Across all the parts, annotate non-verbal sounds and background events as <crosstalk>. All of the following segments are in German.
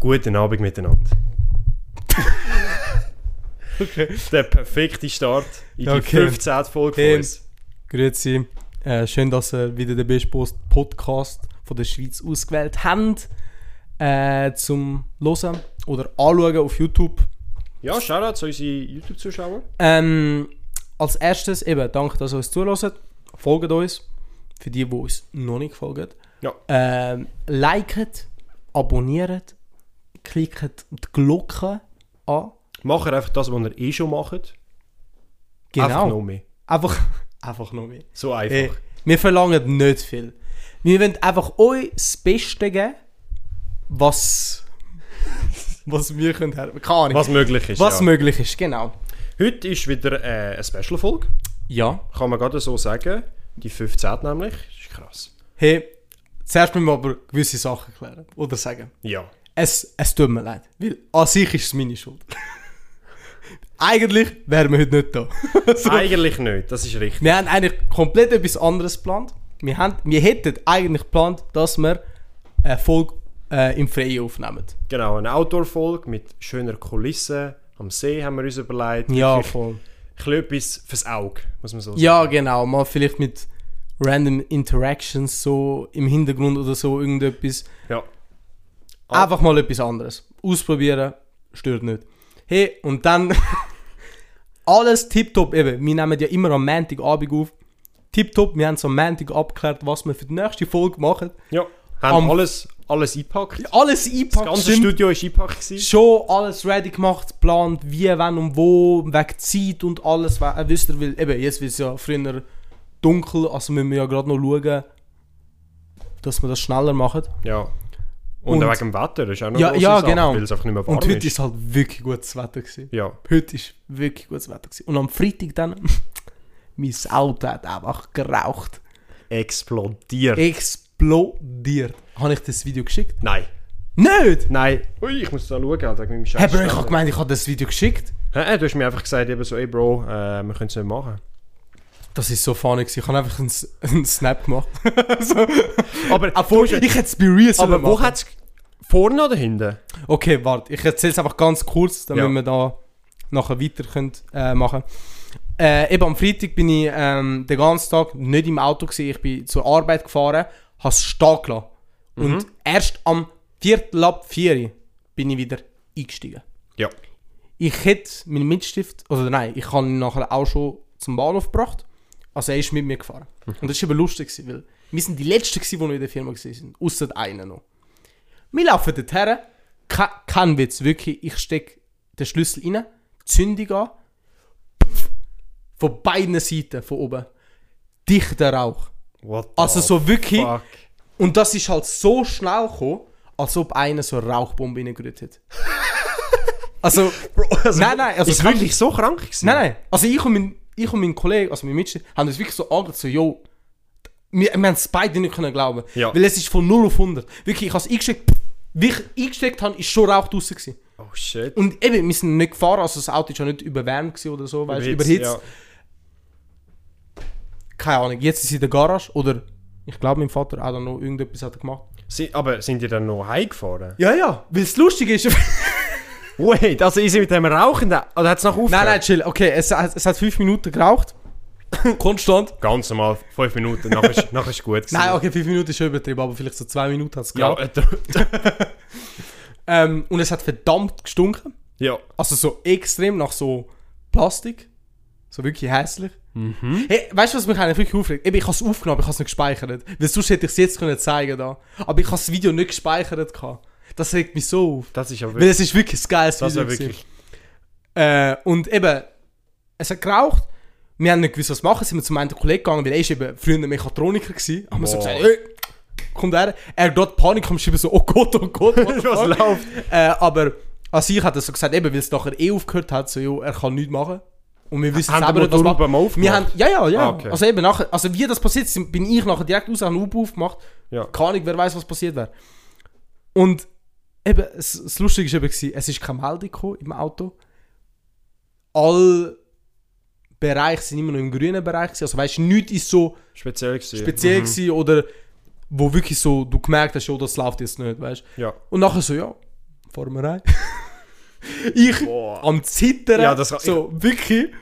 Guten Abend miteinander. <laughs> Okay. Der perfekte Start in die Okay. 15. Folge Hey. von uns. Grüezi. Äh, schön, dass ihr wieder den besten Post- Podcast von der Schweiz ausgewählt habt. Äh, zum Hören oder Anschauen auf YouTube. Ja, Shoutout zu unseren YouTube-Zuschauern. Ähm, als erstes eben, danke, dass ihr uns zuhört. Folgt uns. Für die, die uns noch nicht folgen. Ja. Ähm, liket, abonniert, klickt die Glocke an. Macht einfach das, was ihr eh schon macht. Einfach noch Genau. mehr. Einfach, <laughs> einfach noch mehr. So einfach. Hey, Äh, wir verlangen nicht viel. Wir wollen einfach euch das Beste geben, was, was wir können. her- Keine Ahnung. Was möglich ist. was ja. möglich ist, genau. Heute ist wieder äh, eine Special-Folge. Ja. Kann man gerade so sagen. Die 15. nämlich. Ist krass. Hey, zuerst müssen wir aber gewisse Sachen klären oder sagen. Ja. Es, es tut mir leid, weil an sich ist es meine Schuld. <laughs> eigentlich wären wir heute nicht da. Eigentlich nicht. Das ist richtig. wir haben eigentlich komplett etwas anderes geplant. Wir, haben, wir hätten eigentlich geplant, dass wir eine Folge äh, im Freien aufnehmen. Genau. Eine Outdoor-Folge mit schöner Kulisse. Am See haben wir uns überlegt. Ja, Wirklich voll. Ein bisschen etwas fürs Auge, muss man so sagen. Ja, genau. Mal vielleicht mit random Interactions so im Hintergrund oder so irgendetwas. Ja. Ah. Einfach mal etwas anderes. Ausprobieren, stört nicht. Hey, und dann <laughs> alles tipptopp. Eben, wir nehmen ja immer am Montagabend auf. Tipptopp, wir haben so am Montag abgeklärt, was wir für die nächste Folge machen. Ja. Haben Am- alles, alles eingepackt. Alles Das eingepackt, ganze stimmt. Studio war eingepackt. gewesen. Schon alles ready gemacht, geplant, wie, wann und wo, wegen Zeit und alles. we- Äh, wisst ihr, weil eben, jetzt wird es ja früher dunkel, also müssen wir ja gerade noch schauen, dass wir das schneller machen. Ja. Und, Und- wegen dem Wetter ist auch noch Ja, eine grosse ja, Sache, genau. weil es einfach nicht mehr warm Und heute ist. ist halt wirklich gutes Wetter. Gewesen. Ja. Heute ist wirklich gutes Wetter. Gewesen. Und am Freitag dann, <laughs> mein Auto hat einfach geraucht. Explodiert. Explodiert. Habe ich das Video geschickt? Nein. Nicht! Nein. Ui, ich muss da schauen, Alter, mit meinem Scheiß. Hey, Bro, ich habe gemeint, ich habe das Video geschickt. Hä, du hast mir einfach gesagt, eben so, ey Bro, äh, wir können es nicht machen. Das ist so funny. gewesen. Ich habe einfach einen, S- einen Snap gemacht. so. Aber, Obwohl, ich hätte es bei Real aber sollen wo machen. hat es... Vorne oder hinten? Okay, warte. Ich erzähle es einfach ganz kurz, damit Ja. wir da nachher weiter können, äh, machen äh, Eben am Freitag bin ich ähm, den ganzen Tag nicht im Auto. Gewesen. Ich bin zur Arbeit gefahren, habe es stehen gelassen. Und erst am Viertel ab vier bin ich wieder eingestiegen. Ja. Ich hätte meinen Mitstift, oder nein, ich habe ihn nachher auch schon zum Bahnhof gebracht. Also er ist mit mir gefahren. Mhm. Und das war eben lustig, gewesen, weil wir sind die Letzten, gewesen, die noch in der Firma waren, außer einer noch. Wir laufen dorthin, kein, kein Witz, wirklich, ich stecke den Schlüssel rein, Zündung an, Pff. von beiden Seiten, von oben, dichter Rauch. What the Also so wirklich, fuck. und das ist halt so schnell gekommen, als ob einer so eine Rauchbombe reingerührt hat. <laughs> also... Bro, also, Nein, nein, also ist kann- wirklich so krank gewesen? Nein, nein. Also ich und mein, ich und mein Kollege, also mein Mitschnitt, haben uns wirklich so angeschaut, so, yo, wir, wir haben es beide nicht können glauben. Ja. Weil es ist von 0 auf 100. Wirklich, ich habe es eingesteckt, wie ich eingesteckt habe, ist schon Rauch draussen gewesen. Oh shit. Und eben, wir sind nicht gefahren, also das Auto ist ja nicht überwärmt gewesen oder so, weißt du, Überhitzt, überhitzt. ja. Keine Ahnung, jetzt ist sie in der Garage oder ich glaube, mein Vater hat noch irgendetwas hat er gemacht. Sie, aber sind ah, die dann noch heimgefahren? Ja, ja, weil es lustig <laughs> ist. Wait, also ist sie mit dem Rauchen da? Oder hat es noch aufgehört? nein, nein, chill. Okay, es, hat- es hat 5 Minuten <laughs> geraucht. Konstant. Ganz normal, fünf Minuten, nachher ist, nachher ist gut gewesen. Nein, okay, 5 Minuten ist schon übertrieben, aber vielleicht so 2 Minuten hat es geraucht. Ja, äh, <laughs> Ähm, und es hat verdammt gestunken. ja. Also so extrem nach so Plastik. So wirklich hässlich. Mhm. Hey, weißt du, was mich eigentlich wirklich aufregt? Eben, ich habe es aufgenommen, ich habe es nicht gespeichert. Weil sonst hätte ich es jetzt können zeigen da. Aber ich habe das Video nicht gespeichert. Gehabt. Das regt mich so auf. Das ist ja Weil wirklich... es ist wirklich ein geiles Das Video. war gewesen. wirklich... Äh, und eben, es hat geraucht. Wir haben nicht gewusst, was machen. Sind wir zum einen Kollegen gegangen, weil er ist eben früher ein Mechatroniker war. Haben wir so Boah. gesagt, ey, kommt her. Er hat Panik am Schieben so, oh Gott, oh Gott, what the fuck? <laughs> Was läuft? Äh, aber an sich hat er so gesagt, eben, weil es nachher eh aufgehört hat, so, jo, er kann nichts machen. Und wir wissen Haben selber wir nicht, was den machen. Uber mal aufgemacht? Wir haben, ja, ja, ja. Ah, okay. Also eben nachher, also wie das passiert ist, bin ich nachher direkt raus, habe einen Uber aufgemacht. Ja. Keine Ahnung, wer weiß, was passiert wäre. Und eben, es, das Lustige war eben, gewesen, es ist keine Meldung gekommen im Auto. Alle Bereiche sind immer noch im grünen Bereich. gewesen. Also weißt du, nichts ist so Speziell gewesen. Mhm. speziell gewesen oder wo wirklich so, du gemerkt hast, oh, das läuft jetzt nicht, weißt du. Ja. Und nachher so, ja, fahren wir heim. <laughs> ich Boah. am Zittern, Ja, das- so wirklich,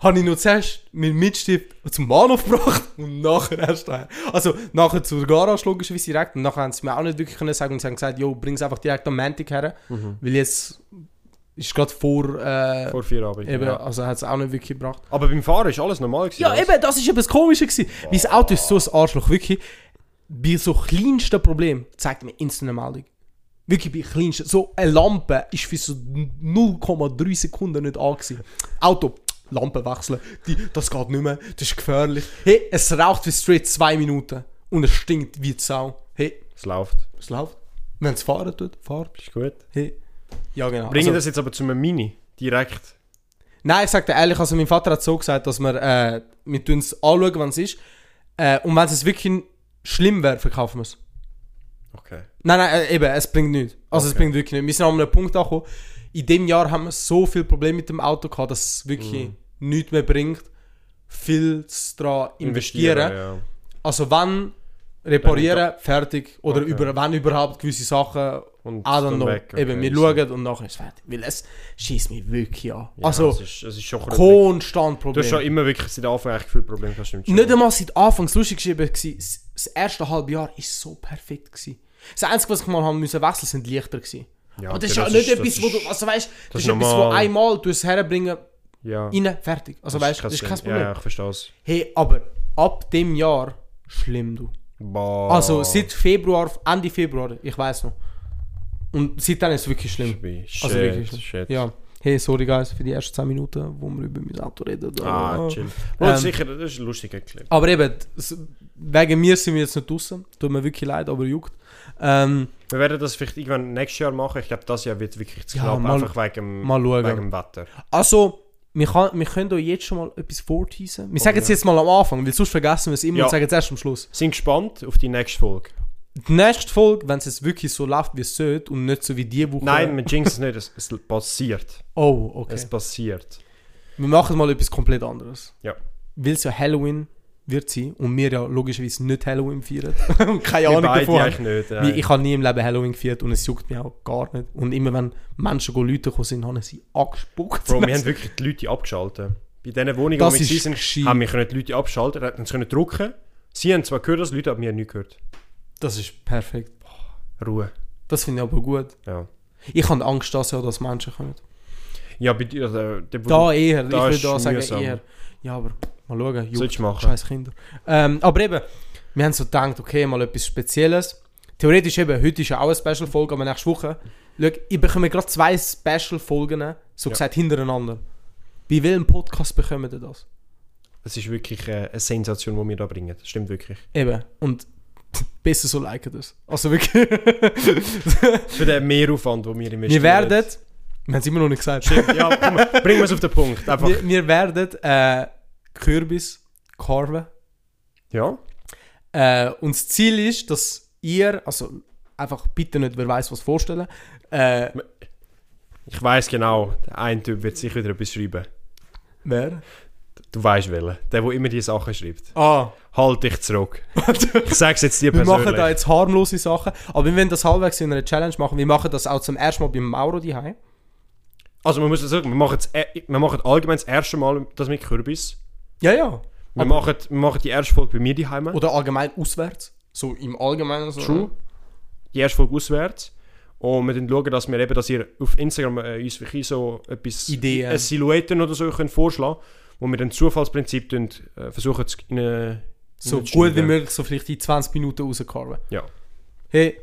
habe ich noch zuerst meinen Mitstift zum Bahnhof gebracht <laughs> und nachher erst daheim. Also nachher zur Garage logischerweise direkt und nachher haben sie mir auch nicht wirklich können sagen und sie haben gesagt, jo, bring es einfach direkt am Montag her, weil jetzt ist gerade vor, äh, Mhm. Vor vier Abend. eben, Ja. also hat es auch nicht wirklich gebracht. Aber beim Fahren ist alles normal gewesen. Ja, oder? eben, das ist eben das Komische gewesen. Mein Auto ist so ein Arschloch, wirklich. Bei so kleinsten Problemen zeigt mir instant eine Meldung. Wirklich bei kleinsten. So eine Lampe ist für so 0,3 Sekunden nicht an. gewesen. Auto, Lampe wechseln. Die, das geht nicht mehr, das ist gefährlich. Hey, es raucht wie straight zwei Minuten. Und es stinkt wie die Sau. Hey, Es läuft. es läuft. Wenn es fahren tut, fahrt. Ist gut. Hey. Ja, genau. Bringe Also- das jetzt aber zu einem Mini. Direkt. Nein, ich sag dir ehrlich, also mein Vater hat so gesagt, dass wir, äh, wir tun's anschauen, wenn es ist. Äh, und wenn es wirklich schlimm wäre, verkaufen wir es. Okay. Nein, nein, äh, eben, es bringt nichts. Also es Okay. bringt wirklich nichts. Wir sind an einem Punkt angekommen, in dem Jahr haben wir so viel Probleme mit dem Auto gehabt, dass es wirklich Mhm. nichts mehr bringt, viel daran investieren. ja. Also wenn, reparieren, fertig. Oder Okay. über, wenn überhaupt gewisse Sachen, Und I don't dann know. weg, okay, Ah, eben, wir easy. schauen und nachher ist es fertig. Weil es schießt mich wirklich an. Ja, also, es ist, es ist schon cool. konstant Du Probleme. hast schon immer wirklich seit Anfang echt viel Probleme, das stimmt schon. Nicht einmal seit Anfangs lustig geschrieben gewesen. Das- Das erste halbe Jahr war so perfekt. Gewesen. Das Einzige, was ich mal haben müssen wechseln, sind die Lichter. Gewesen. Ja, Aber okay, das ist ja das nicht ist- etwas, das wo du, ist- also weißt, das, das ist ist etwas, wo normal. einmal du es herbringen, ja. rein, fertig. Also weißt, das ist kein Problem. Ja, ich verstehe es. Hey, aber ab dem Jahr, schlimm du. Boah. Also seit Februar, Ende Februar, ich weiß noch. Und seitdem ist es wirklich schlimm. Shit, Also wirklich schlimm. shit. Ja. Hey, sorry guys für die ersten 10 Minuten, wo wir über mein Auto reden. Ah, chill. Bro, Ähm, sicher, das ist lustig erklärt. Aber eben, s- wegen mir sind wir jetzt nicht draußen. Tut mir wirklich leid, aber juckt. Ähm, Wir werden das vielleicht irgendwann nächstes Jahr machen. Ich glaube, das Jahr wird wirklich zu Ja, knapp, mal- einfach wegen, mal schauen. wegen dem Wetter. also, wir, kann, wir können euch jetzt schon mal etwas vorteasen. Wir sagen es Oh ja. jetzt mal am Anfang, weil sonst vergessen wir es immer Ja. und sagen es erst am Schluss. Sind gespannt auf die nächste Folge. Die nächste Folge, wenn es jetzt wirklich so läuft, wie es sollte und nicht so wie die Woche. Nein, mit Jinx es nicht. Es, es passiert. Oh, okay. Es passiert. wir machen mal etwas komplett anderes. Ja. Weil es ja Halloween wird sein und wir ja logischerweise nicht Halloween <laughs> feiern. <laughs> und keine Wir Ahnung beide davon. haben. eigentlich nicht. Wie, nein. ich habe nie im Leben Halloween gefeiert und es juckt mich auch gar nicht. Und immer wenn Menschen go Leute gekommen sind, haben sie angespuckt. Bro, <laughs> wir haben wirklich die Leute abgeschaltet. Bei diesen Wohnungen, Das wo wir ist gewesen gescheit. sind, haben wir können die Leute abschalten, haben sie können drucken. Sie haben zwar gehört, dass die Leute haben mir nicht gehört. Das ist perfekt. Ruhe. Das finde ich aber gut. Ja. Ich habe Angst, dass ja, dass Menschen kommen. Ja, bei dir, also, der, Da eher. da ich ist würde da sagen mühsam. eher. Ja, aber mal schauen. Sollst du machen. Scheiß Kinder. Ähm, aber eben, wir haben so gedacht, okay, mal etwas Spezielles. Theoretisch eben, heute ist ja auch eine Special-Folge, aber nächste Woche. Schau, ich bekomme gerade zwei Special-Folgen, so Ja. gesagt, hintereinander. Bei welchem Podcast bekommen ihr das? Es ist wirklich äh, eine Sensation, die wir da bringen. Das stimmt wirklich. Eben. Und <laughs> besser so liken das. Also <laughs> wirklich. Für den Mehraufwand, den wir investieren. wir werden. Wir haben es immer noch nicht gesagt. Ja, komm, <laughs> bringen wir es auf den Punkt. Einfach. Wir, wir werden äh, Kürbis carven. Ja. Äh, und das Ziel ist, dass ihr, also einfach bitte nicht, wer weiß was vorstellen, äh, Ich weiß genau, der eine Typ wird sicher wieder etwas schreiben. wer? Du weißt welchen. Der, der immer die Sachen schreibt. <laughs> Ah, Halt dich zurück. ich sag's jetzt dir wir machen persönlich. da jetzt harmlose Sachen, aber wir wollen das halbwegs in einer Challenge machen. Wir machen das auch zum ersten Mal beim Mauro daheim. also man muss ja sagen, wir machen, das, äh, wir machen allgemein das erste Mal das mit Kürbis. Ja, ja. Wir machen, wir machen die erste Folge bei mir daheim. Oder allgemein auswärts. So im Allgemeinen. So. True. Die erste Folge auswärts. Und wir dann schauen, dass wir eben, dass ihr auf Instagram äh, uns wirklich so etwas... Ideen. Eine Silhouetten oder so könnt vorschlagen wo wir dann Zufallsprinzip tun, äh, versuchen zu... In, äh, So Nicht schneiden. gut wie möglich, so vielleicht in 20 Minuten rauskarven. ja. Hey,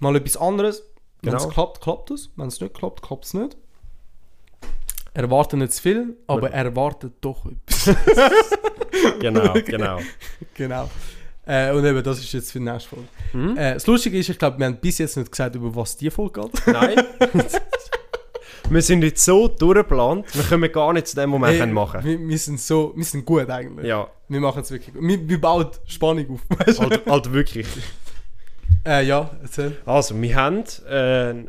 mal etwas anderes. Wenn es Genau. klappt, klappt es. Wenn es nicht klappt, klappt es nicht. Erwartet nicht zu viel, aber erwartet doch etwas. <laughs> Genau, <laughs> genau. Mhm. genau. Äh, und eben, das ist jetzt für die nächste Folge. Äh, das Lustige ist, ich glaube, wir haben bis jetzt nicht gesagt, über was die Folge geht. Nein. <laughs> wir sind jetzt so durchgeplant, wir können gar nicht zu dem Moment Hey, machen. Wir, wir, sind so, wir sind gut eigentlich. Ja, Wir machen es wirklich gut. Wir, wir bauen Spannung auf. <laughs> Weißt du? halt, halt wirklich. äh, ja, erzähl. Also, wir haben äh,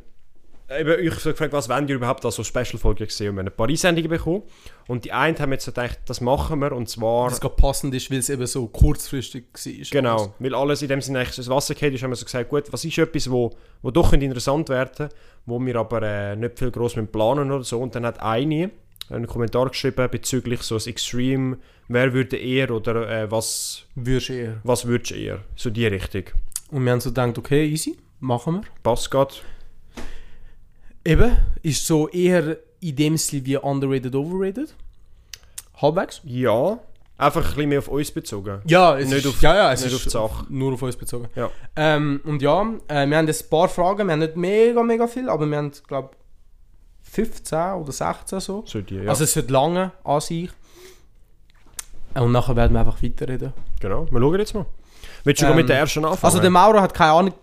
eben, ich habe gefragt, was wollt ihr überhaupt als so Special-Folge gesehen? Und wir haben ein paar Einsendungen bekommen. Und die einen haben jetzt so gedacht, das machen wir. Und zwar... Das gerade passend ist, weil es eben so kurzfristig war. Genau, weil alles in dem Sinne eigentlich so ins Wasser geht, ist, haben wir so gesagt, gut, was ist etwas, wo, wo doch könnte interessant werden wo wir aber äh, nicht viel gross mit planen oder so. Und dann hat eine einen Kommentar geschrieben bezüglich so das Extreme, wer würde eher oder äh, was, Würdest du eher. was würdest du eher? So die Richtung. Und wir haben so gedacht, okay, easy, machen Passt grad. wir. Eben, ist so eher in dem Stil wie underrated, overrated. Halbwegs. Ja. Einfach ein bisschen mehr auf uns bezogen. Ja, Nicht auf- ja, ja, es nicht auf die Sache. nur auf uns bezogen. Ja. Ähm, und ja, äh, wir haben jetzt ein paar Fragen, wir haben nicht mega, mega viel, aber wir haben, glaube 15 oder 16 so. So die, ja. Also es sollte lange an sich. Äh, Und nachher werden wir einfach weiterreden. genau. Wir schauen jetzt mal. Willst du Ähm, ähm, mit der ersten anfangen? Also der Mauro hat <laughs> keine Ahnung.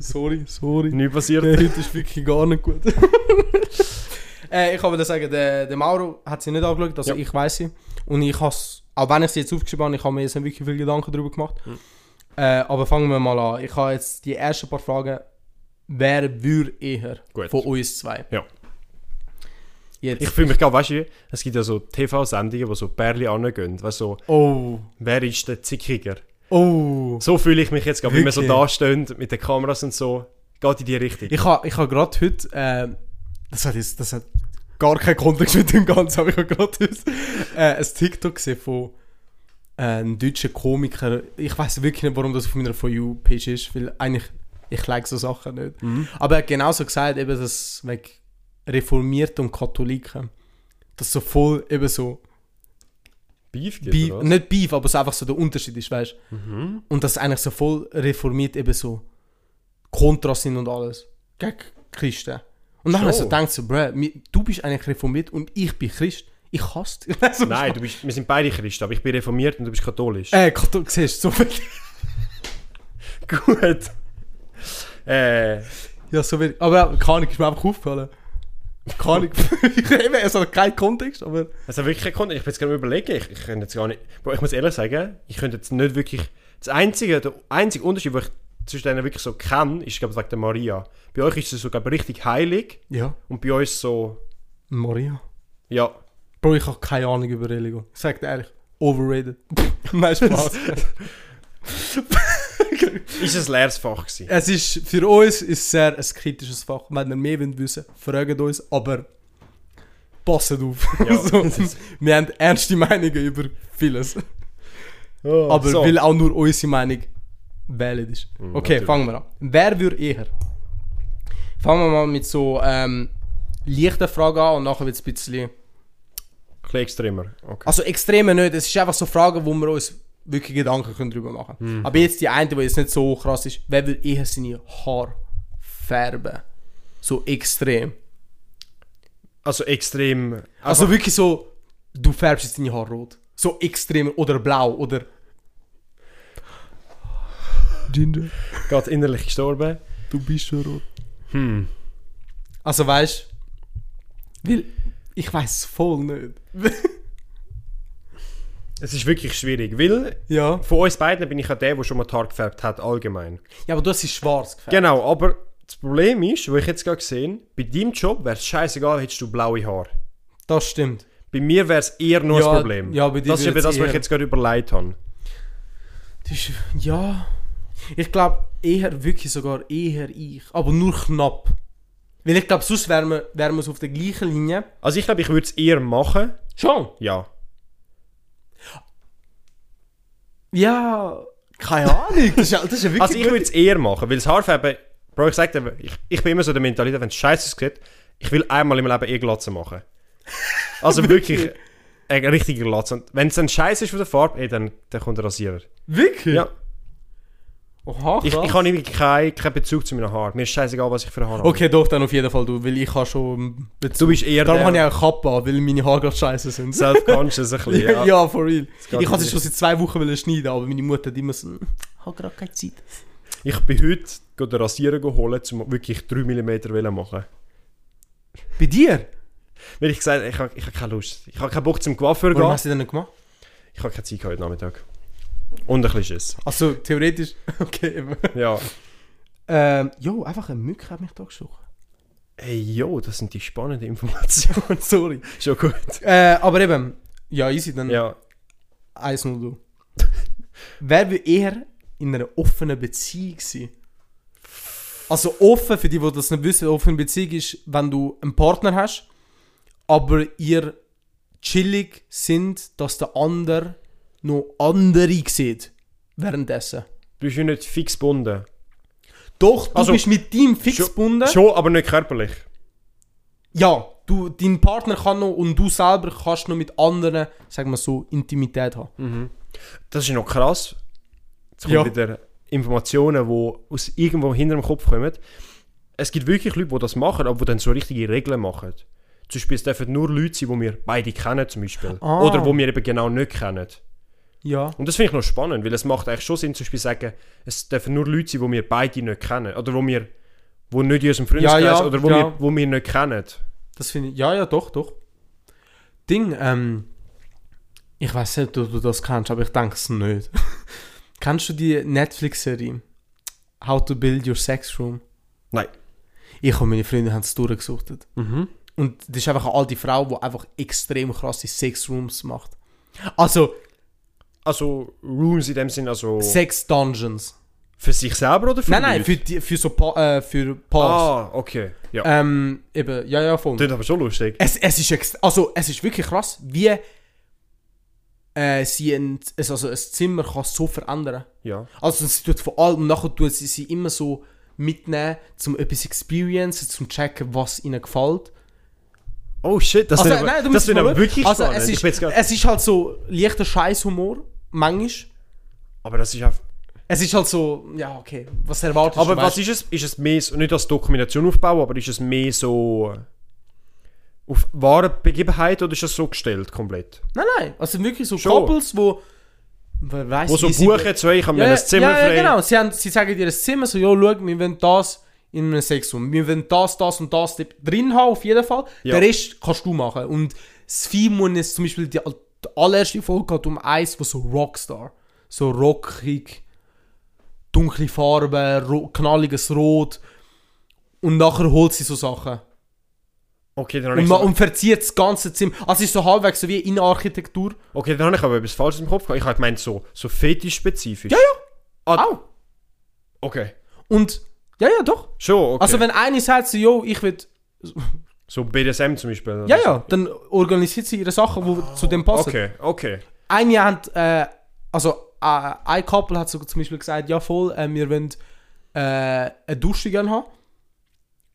sorry, sorry. Nichts Der <laughs> passiert. heute ist wirklich gar nicht gut. <laughs> äh, ich kann dir sagen, der, der Mauro hat sie nicht angeschaut, also Ja. ich weiß sie. Und ich has, auch wenn ich sie jetzt aufgeschrieben habe, ich habe mir jetzt nicht wirklich viel Gedanken darüber gemacht. Äh, aber fangen wir mal an. Ich habe jetzt die ersten paar Fragen. Wer würde eher Gut. von uns zwei? Ja. Jetzt. Ich fühle mich gerade, weißt du, wie, es gibt ja so TV-Sendungen, die so Perli angehen. Weißt du, so, oh. wer ist der Zickiger? Oh. So fühle ich mich jetzt gerade, wenn wir so Wirklich? dastehen mit den Kameras und so. Geht in die Richtung. Ich habe ich ha gerade heute. ähm, das, hat jetzt, das hat gar keinen Kontext mit dem Ganzen, aber ich habe gerade heute äh, ein TikTok gesehen von äh, einem deutschen Komiker. Ich weiß wirklich nicht, warum das auf meiner For You-Page ist, weil eigentlich. Ich like so Sachen nicht. Aber er hat genauso gesagt, eben, dass wegen Reformierten und Katholiken, dass so voll eben so Beef gibt, Beef, oder was? Mhm. nicht Beef, aber es einfach so der Unterschied ist, weißt du? Und dass eigentlich so voll reformiert eben so kontra sind und alles. Gegen Christen. Und dann habe ich so Schon. gedacht, so, bruh, mi- du bist eigentlich reformiert und ich bin Christ. Ich hasse dich. <laughs> Also, Nein, du bist, wir sind beide Christen, aber ich bin reformiert und du bist katholisch. <laughs> Äh, du siehst so wenig. Gut. Äh, <laughs> Ja, so wenig. Aber keine Ahnung, ist mir einfach aufgefallen. Keine Ahnung. <laughs> ich eben, es hat keinen Kontext, aber... also wirklich keinen Kontext. Ich bin jetzt gerade am überlegen. Ich, ich könnte jetzt gar nicht. Bro, ich muss ehrlich sagen, ich könnte jetzt nicht wirklich. Das einzige, der einzige Unterschied, den ich zwischen denen wirklich so kenne, ist, glaube ich, wegen der Maria. Bei euch ist sie sogar richtig heilig Ja, und bei uns so. Maria. Ja. Bro, ich habe keine Ahnung über Religion. Ich sag dir ehrlich, overrated. <laughs> Nein, Spaß. <laughs> Ist ein leeres Fach <laughs> gewesen. Es ist für uns ist sehr ein kritisches Fach. Wenn ihr mehr wollt wissen wollt, fragt uns, aber passet auf. <laughs> Ja. so, wir haben ernste Meinungen über vieles. Oh, Aber so. Mhm, weil auch nur unsere Meinung valid ist. Okay, natürlich. fangen wir an. Wer würde eher? Fangen wir mal mit so ähm, leichten Fragen an und nachher wird es ein bisschen. Ein bisschen extremer. Okay. Also extreme nicht, es ist einfach so Fragen, wo wir uns wirklich Gedanken können drüber machen können. Aber jetzt die eine, die jetzt nicht so krass ist, wer würde eher seine Haare färben? So extrem. Also extrem. Also wirklich so, du färbst jetzt deine Haare rot. So extrem oder blau oder... Ginger, gerade innerlich gestorben. du bist schon rot. Hm. Also weißt du, weil ich weiß voll nicht. <laughs> Es ist wirklich schwierig, weil ja. von uns beiden bin ich ja der, der schon mal die Haare gefärbt hat, allgemein. Ja, aber du hast sie schwarz gefärbt. Genau, aber das Problem ist, wo ich jetzt gerade gesehen bei deinem Job wäre es scheißegal, hättest du blaue Haare. Das stimmt. Bei mir wäre es eher nur Ja, das Problem. ja, bei dir das ist eben wird's das, was eher- ich jetzt gerade überlegt habe. Das ist, ja. Ich glaube eher, wirklich sogar eher ich. Aber nur knapp. Weil ich glaube, sonst wären wir, wären wir so auf der gleichen Linie. Also ich glaube, ich würde es eher machen. Schon? Ja. Ja. Keine Ahnung. Das ist, ja- das ist ja wirklich. Also ich würde es eher machen, weil das Haarfärben... Bro, ich sag dir, ich, ich bin immer so der Mentalität, wenn es scheiße aussieht, ich will einmal im Leben eh Glatze machen. Also <laughs> wirklich eine richtige Glatze. Und wenn es dann scheiße ist von der Farbe, ey, dann, dann kommt der Rasierer. Also, wirklich? Ja. Oha, krass. Ich, ich habe irgendwie keinen keinen Bezug zu meinen Haaren. Mir ist scheißegal, was ich für Haare habe. Okay, doch, dann auf jeden Fall du, weil ich habe schon... Du bist eher Darum habe ich der auch Kappe an, weil meine Haare gerade scheiße sind. Self-Conscious ein bisschen. <laughs> Ja, ja. ja, for real. geht Ich hatte es nicht. schon seit zwei Wochen wollen schneiden, aber meine Mutter hat immer so... «Hm, Ich habe gerade keine Zeit. Ich bin heute go den Rasierer holen, um wirklich 3 mm machen. Bei dir? Weil ich gesagt habe, ich habe ich habe keine Lust. Ich habe keinen Bock zum Coiffeur Warum gehen. hast du das nicht gemacht? Ich habe keine Zeit gehabt heute Nachmittag. Und ein bisschen Schiss. <laughs> Also, theoretisch... Okay, eben. Ja. Ähm, jo, einfach eine Mücke hat mich <laughs> da gestochen. Hey, jo, das sind die spannenden Informationen. Sorry. Schon gut. Äh, aber eben, ja, easy, dann Ja, 1-0 du. Wer will eher in einer offenen Beziehung sein? Also offen, für die, die das nicht wissen, offene Beziehung ist, wenn du einen Partner hast, aber ihr chillig sind, dass der andere noch andere sieht währenddessen. du bist ja nicht fix gebunden. Doch, du Also, bist mit deinem fix gebunden. Schon, aber nicht körperlich. Ja, du, dein Partner kann noch und du selber kannst noch mit anderen, sagen wir so, Intimität haben. Das ist noch krass. Jetzt kommen Ja. wieder Informationen, die aus irgendwo hinter dem Kopf kommen. Es gibt wirklich Leute, die das machen, aber die dann so richtige Regeln machen. Zum Beispiel, es dürfen nur Leute sein, die wir beide kennen, zum Beispiel. Ah. Oder die wir eben genau nicht kennen. Ja. Und das finde ich noch spannend, weil es macht eigentlich schon Sinn, zum Beispiel zu sagen, es dürfen nur Leute sein, die wir beide nicht kennen. Oder wo wir wo nicht in unserem Freundeskreis Ja, ja, oder wo, ja. wir, wo wir nicht kennen. Das finde ich. Ja, ja, doch, doch. Ding, ähm. Ich weiß nicht, ob du das kennst, aber ich denke es nicht. <laughs> kennst du die Netflix-Serie How to Build Your Sex Room? Nein. Ich und meine Freunde haben es durchgesuchtet. Und das ist einfach eine alte Frau, die einfach extrem krasse Sex Rooms macht. Also, Also Rooms in dem Sinn, also Sex Dungeons. für sich selber oder für Nein, nein, Leute? Oh. für, die, für so pa äh, für Paars. Ah, okay. Ja. Ähm, eben, ja, ja, voll. Das ist aber schon lustig. Es, es, ist ext- also, es ist wirklich krass, wie äh, sie ein, es- also ein Zimmer kann so verändern Ja. Also sie tut vor allem, nachher tut sie sie immer so mitnehmen, zum etwas experience, zum checken, was ihnen gefällt. Oh shit, das Also, sind aber, nein, du das musst sind mal aber schauen. wirklich also, spannend. es Ich bin jetzt ist, grad- es ist halt so leichter Scheißhumor, manchmal. aber das ist einfach... Es ist halt so, ja, okay, was erwartest Aber du? was weißt- ist es? Ist es mehr so, nicht als Dokumentation aufbauen, aber ist es mehr so auf wahre Begebenheit oder ist es so gestellt komplett? Nein, nein, also wirklich so Schon. Couples, wo... Wer weiß, Wo so wie sie- buchen, so, ich habe mir ein Zimmer ja, frei. ja, genau. Sie, haben, sie sagen dir ein Zimmer, so, ja, schau, wir wollen das in einem Sexroom. Wir wollen das, das und das drin haben, auf jeden Fall. Ja. Den Rest kannst du machen. Und das Vieh muss jetzt zum Beispiel, die, die allererste Folge geht um eins, wo so Rockstar, so rockig, dunkle Farben, ro knalliges Rot. Und nachher holt sie so Sachen. Okay, dann habe Und, ich, man, so, und verzieht das ganze Zimmer. Also es ist so halbwegs so wie in Architektur. okay, dann habe ich aber etwas Falsches im Kopf gehabt. Ich habe gemeint, so, so fetischspezifisch. Ja, ja. Ah. Auch. Okay. Und, ja, ja, doch. Schon, okay. Also wenn eine sagt, so, yo, ich will so BDSM zum Beispiel. oder Ja, also- so. ja, dann organisiert sie ihre Sachen, die zu dem passen. Okay, okay. Eine hat, äh, also äh, ein Couple hat sogar zum Beispiel gesagt, ja voll, äh, wir wollen äh, eine Dusche gerne haben.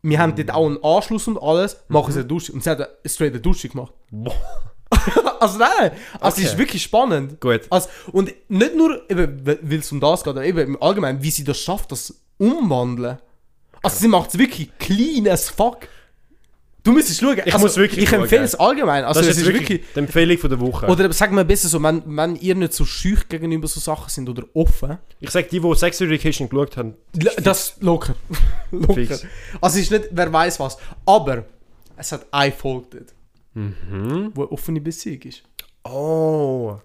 Wir haben dort auch einen Anschluss und alles, machen sie eine Dusche. Und sie hat eine straight eine Dusche gemacht. Mhm. Boah. <laughs> also nein, also es Okay. ist wirklich spannend. Gut. Also, und nicht nur, eben, weil es um das geht, aber eben im Allgemeinen, wie sie das schafft, das umwandeln. Also sie macht es wirklich clean as fuck. Du müsstest schauen. Ich also, muss wirklich Ich schauen, empfehle ja. es allgemein. Also Das es ist wirklich, die Empfehlung von der Woche. Oder sagen wir besser so, wenn, wenn ihr nicht so schüch gegenüber so Sachen sind oder offen, ich sage, die, die Sex Education geschaut haben, l- das locker. <laughs> locker. Fix. Also es ist nicht, wer weiß was. Aber es hat eine Folge dort, Mhm. wo eine offene Beziehung ist. Oh.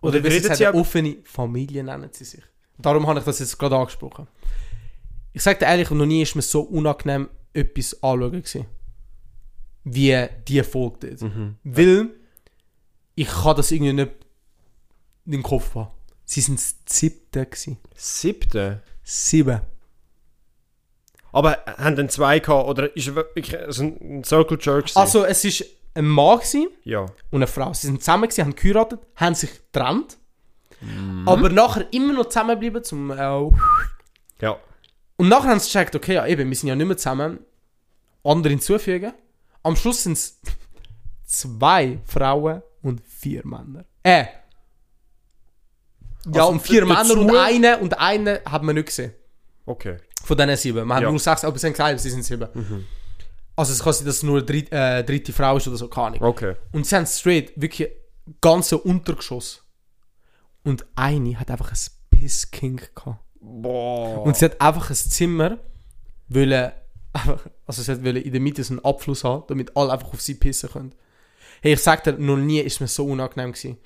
Oder Oder wie sie redet sagen, sie ab- offene Familie nennen sie sich. Darum habe ich das jetzt gerade angesprochen. Ich sage dir ehrlich, noch nie ist mir so unangenehm etwas anschauen gewesen, wie die Folge dort. Mhm. Weil ich kann das irgendwie nicht in den Kopf haben. Sie sind das siebte gewesen. Siebte? Sieben. Aber haben dann zwei gehabt oder ist wirklich so ein ein Circle Jerk? gewesen? Also es ist ein Mann gewesen Ja. und eine Frau. Sie sind zusammen gewesen, haben geheiratet, haben sich getrennt. Mhm. Aber nachher immer noch zusammenbleiben zum äh, Ja. Und nachher haben sie gecheckt, okay, ja, eben, wir sind ja nicht mehr zusammen. Andere hinzufügen. Am Schluss sind es zwei Frauen und vier Männer. Äh. Ja, Also und vier d- dazu- Männer und eine und eine haben wir nicht gesehen. Okay. Von diesen sieben. Wir haben Ja. nur sechs, aber sie haben gesagt, sie sind sieben. Also es kann sein, dass nur eine dritte, äh, dritte Frau ist oder so, keine Ahnung. Okay. Und sie haben straight wirklich ganze Untergeschoss. Und eine hat einfach ein Pisskink gehabt. Boah. Und sie hat einfach ein Zimmer wollen, einfach- also sie hat wollen in der Mitte so einen Abfluss haben, damit alle einfach auf sie pissen können. Hey, ich sag dir, noch nie ist mir so unangenehm gewesen.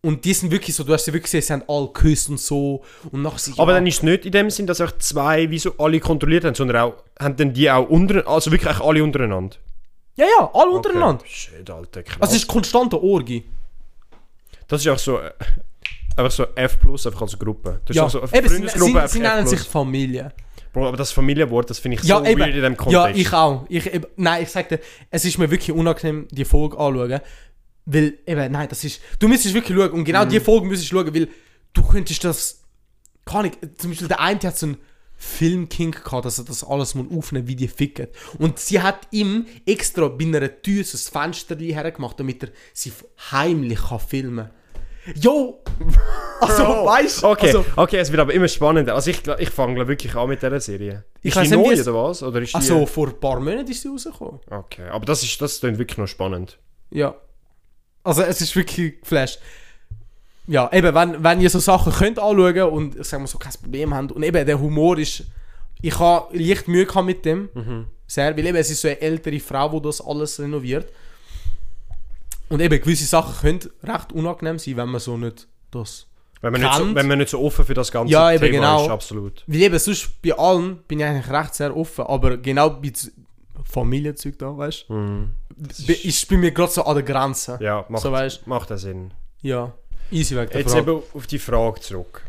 Und die sind wirklich so, du hast sie wirklich gesehen, sie haben alle geküsst und so. Und nachher sie, Aber ja, dann ist es nicht in dem Sinn, dass euch zwei wie so alle kontrolliert haben, sondern auch, haben dann die auch unter, also wirklich eigentlich alle untereinander? ja, ja, alle untereinander. Okay. Shit, Alter, krass. Also es ist konstante Orgie. das ist auch so, äh, einfach so F+, einfach als Gruppe. Das Ja, ist auch so eine eben, sie, Freundesgruppe, sie, sie einfach nennen F+. sich Familie. Bro, aber das Familienwort, das finde ich Ja, so eben. weird in dem Ja, Kontext. ich auch. Ich, eben, nein, ich sag dir, es ist mir wirklich unangenehm, die Folge anzuschauen. Weil, eben, nein, das ist. Du müsstest wirklich schauen. Und Mhm. genau die Folge müsstest du schauen, weil du könntest das. Kann ich. Zum Beispiel der eine der hat so einen Filmking gehabt, dass er das alles mal aufnehmen wie die ficken. Und sie hat ihm extra bei einer Tür so ein Fenster hergemacht, damit er sie heimlich kann filmen kann. Jo! <laughs> Also, Bro. weißt du? Okay, Also, okay, es wird aber immer spannender. Also ich, glaub- ich fange glaub wirklich an mit dieser Serie. Ich ist weiss die nicht, wie neu es- oder was? Oder ist die... also, vor ein paar Monaten ist sie rausgekommen. Okay, aber das ist, das klingt wirklich noch spannend. Ja. Also es ist wirklich geflasht. Ja, eben, wenn, wenn ihr so Sachen könnt anschauen und ich sag mal so kein Problem habt und eben der Humor ist. Ich habe leicht Mühe gehabt mit dem. Mhm. Sehr, weil eben es ist so eine ältere Frau, die das alles renoviert. Und eben gewisse Sachen können recht unangenehm sein, wenn man so nicht das. Wenn man, nicht so, Kennt. wenn man nicht so offen für das ganze Ja, eben, Thema genau. ist, absolut. Weil eben sonst bei allem bin ich eigentlich recht sehr offen, aber genau bei Z- Familienzeug da, weißt du? Ist, ist bei mir gerade so an der Grenze. Mhm. Ja, macht, So weisst. macht auch Sinn. Ja. Easy weg der Jetzt Frage. eben auf die Frage <laughs> zurück.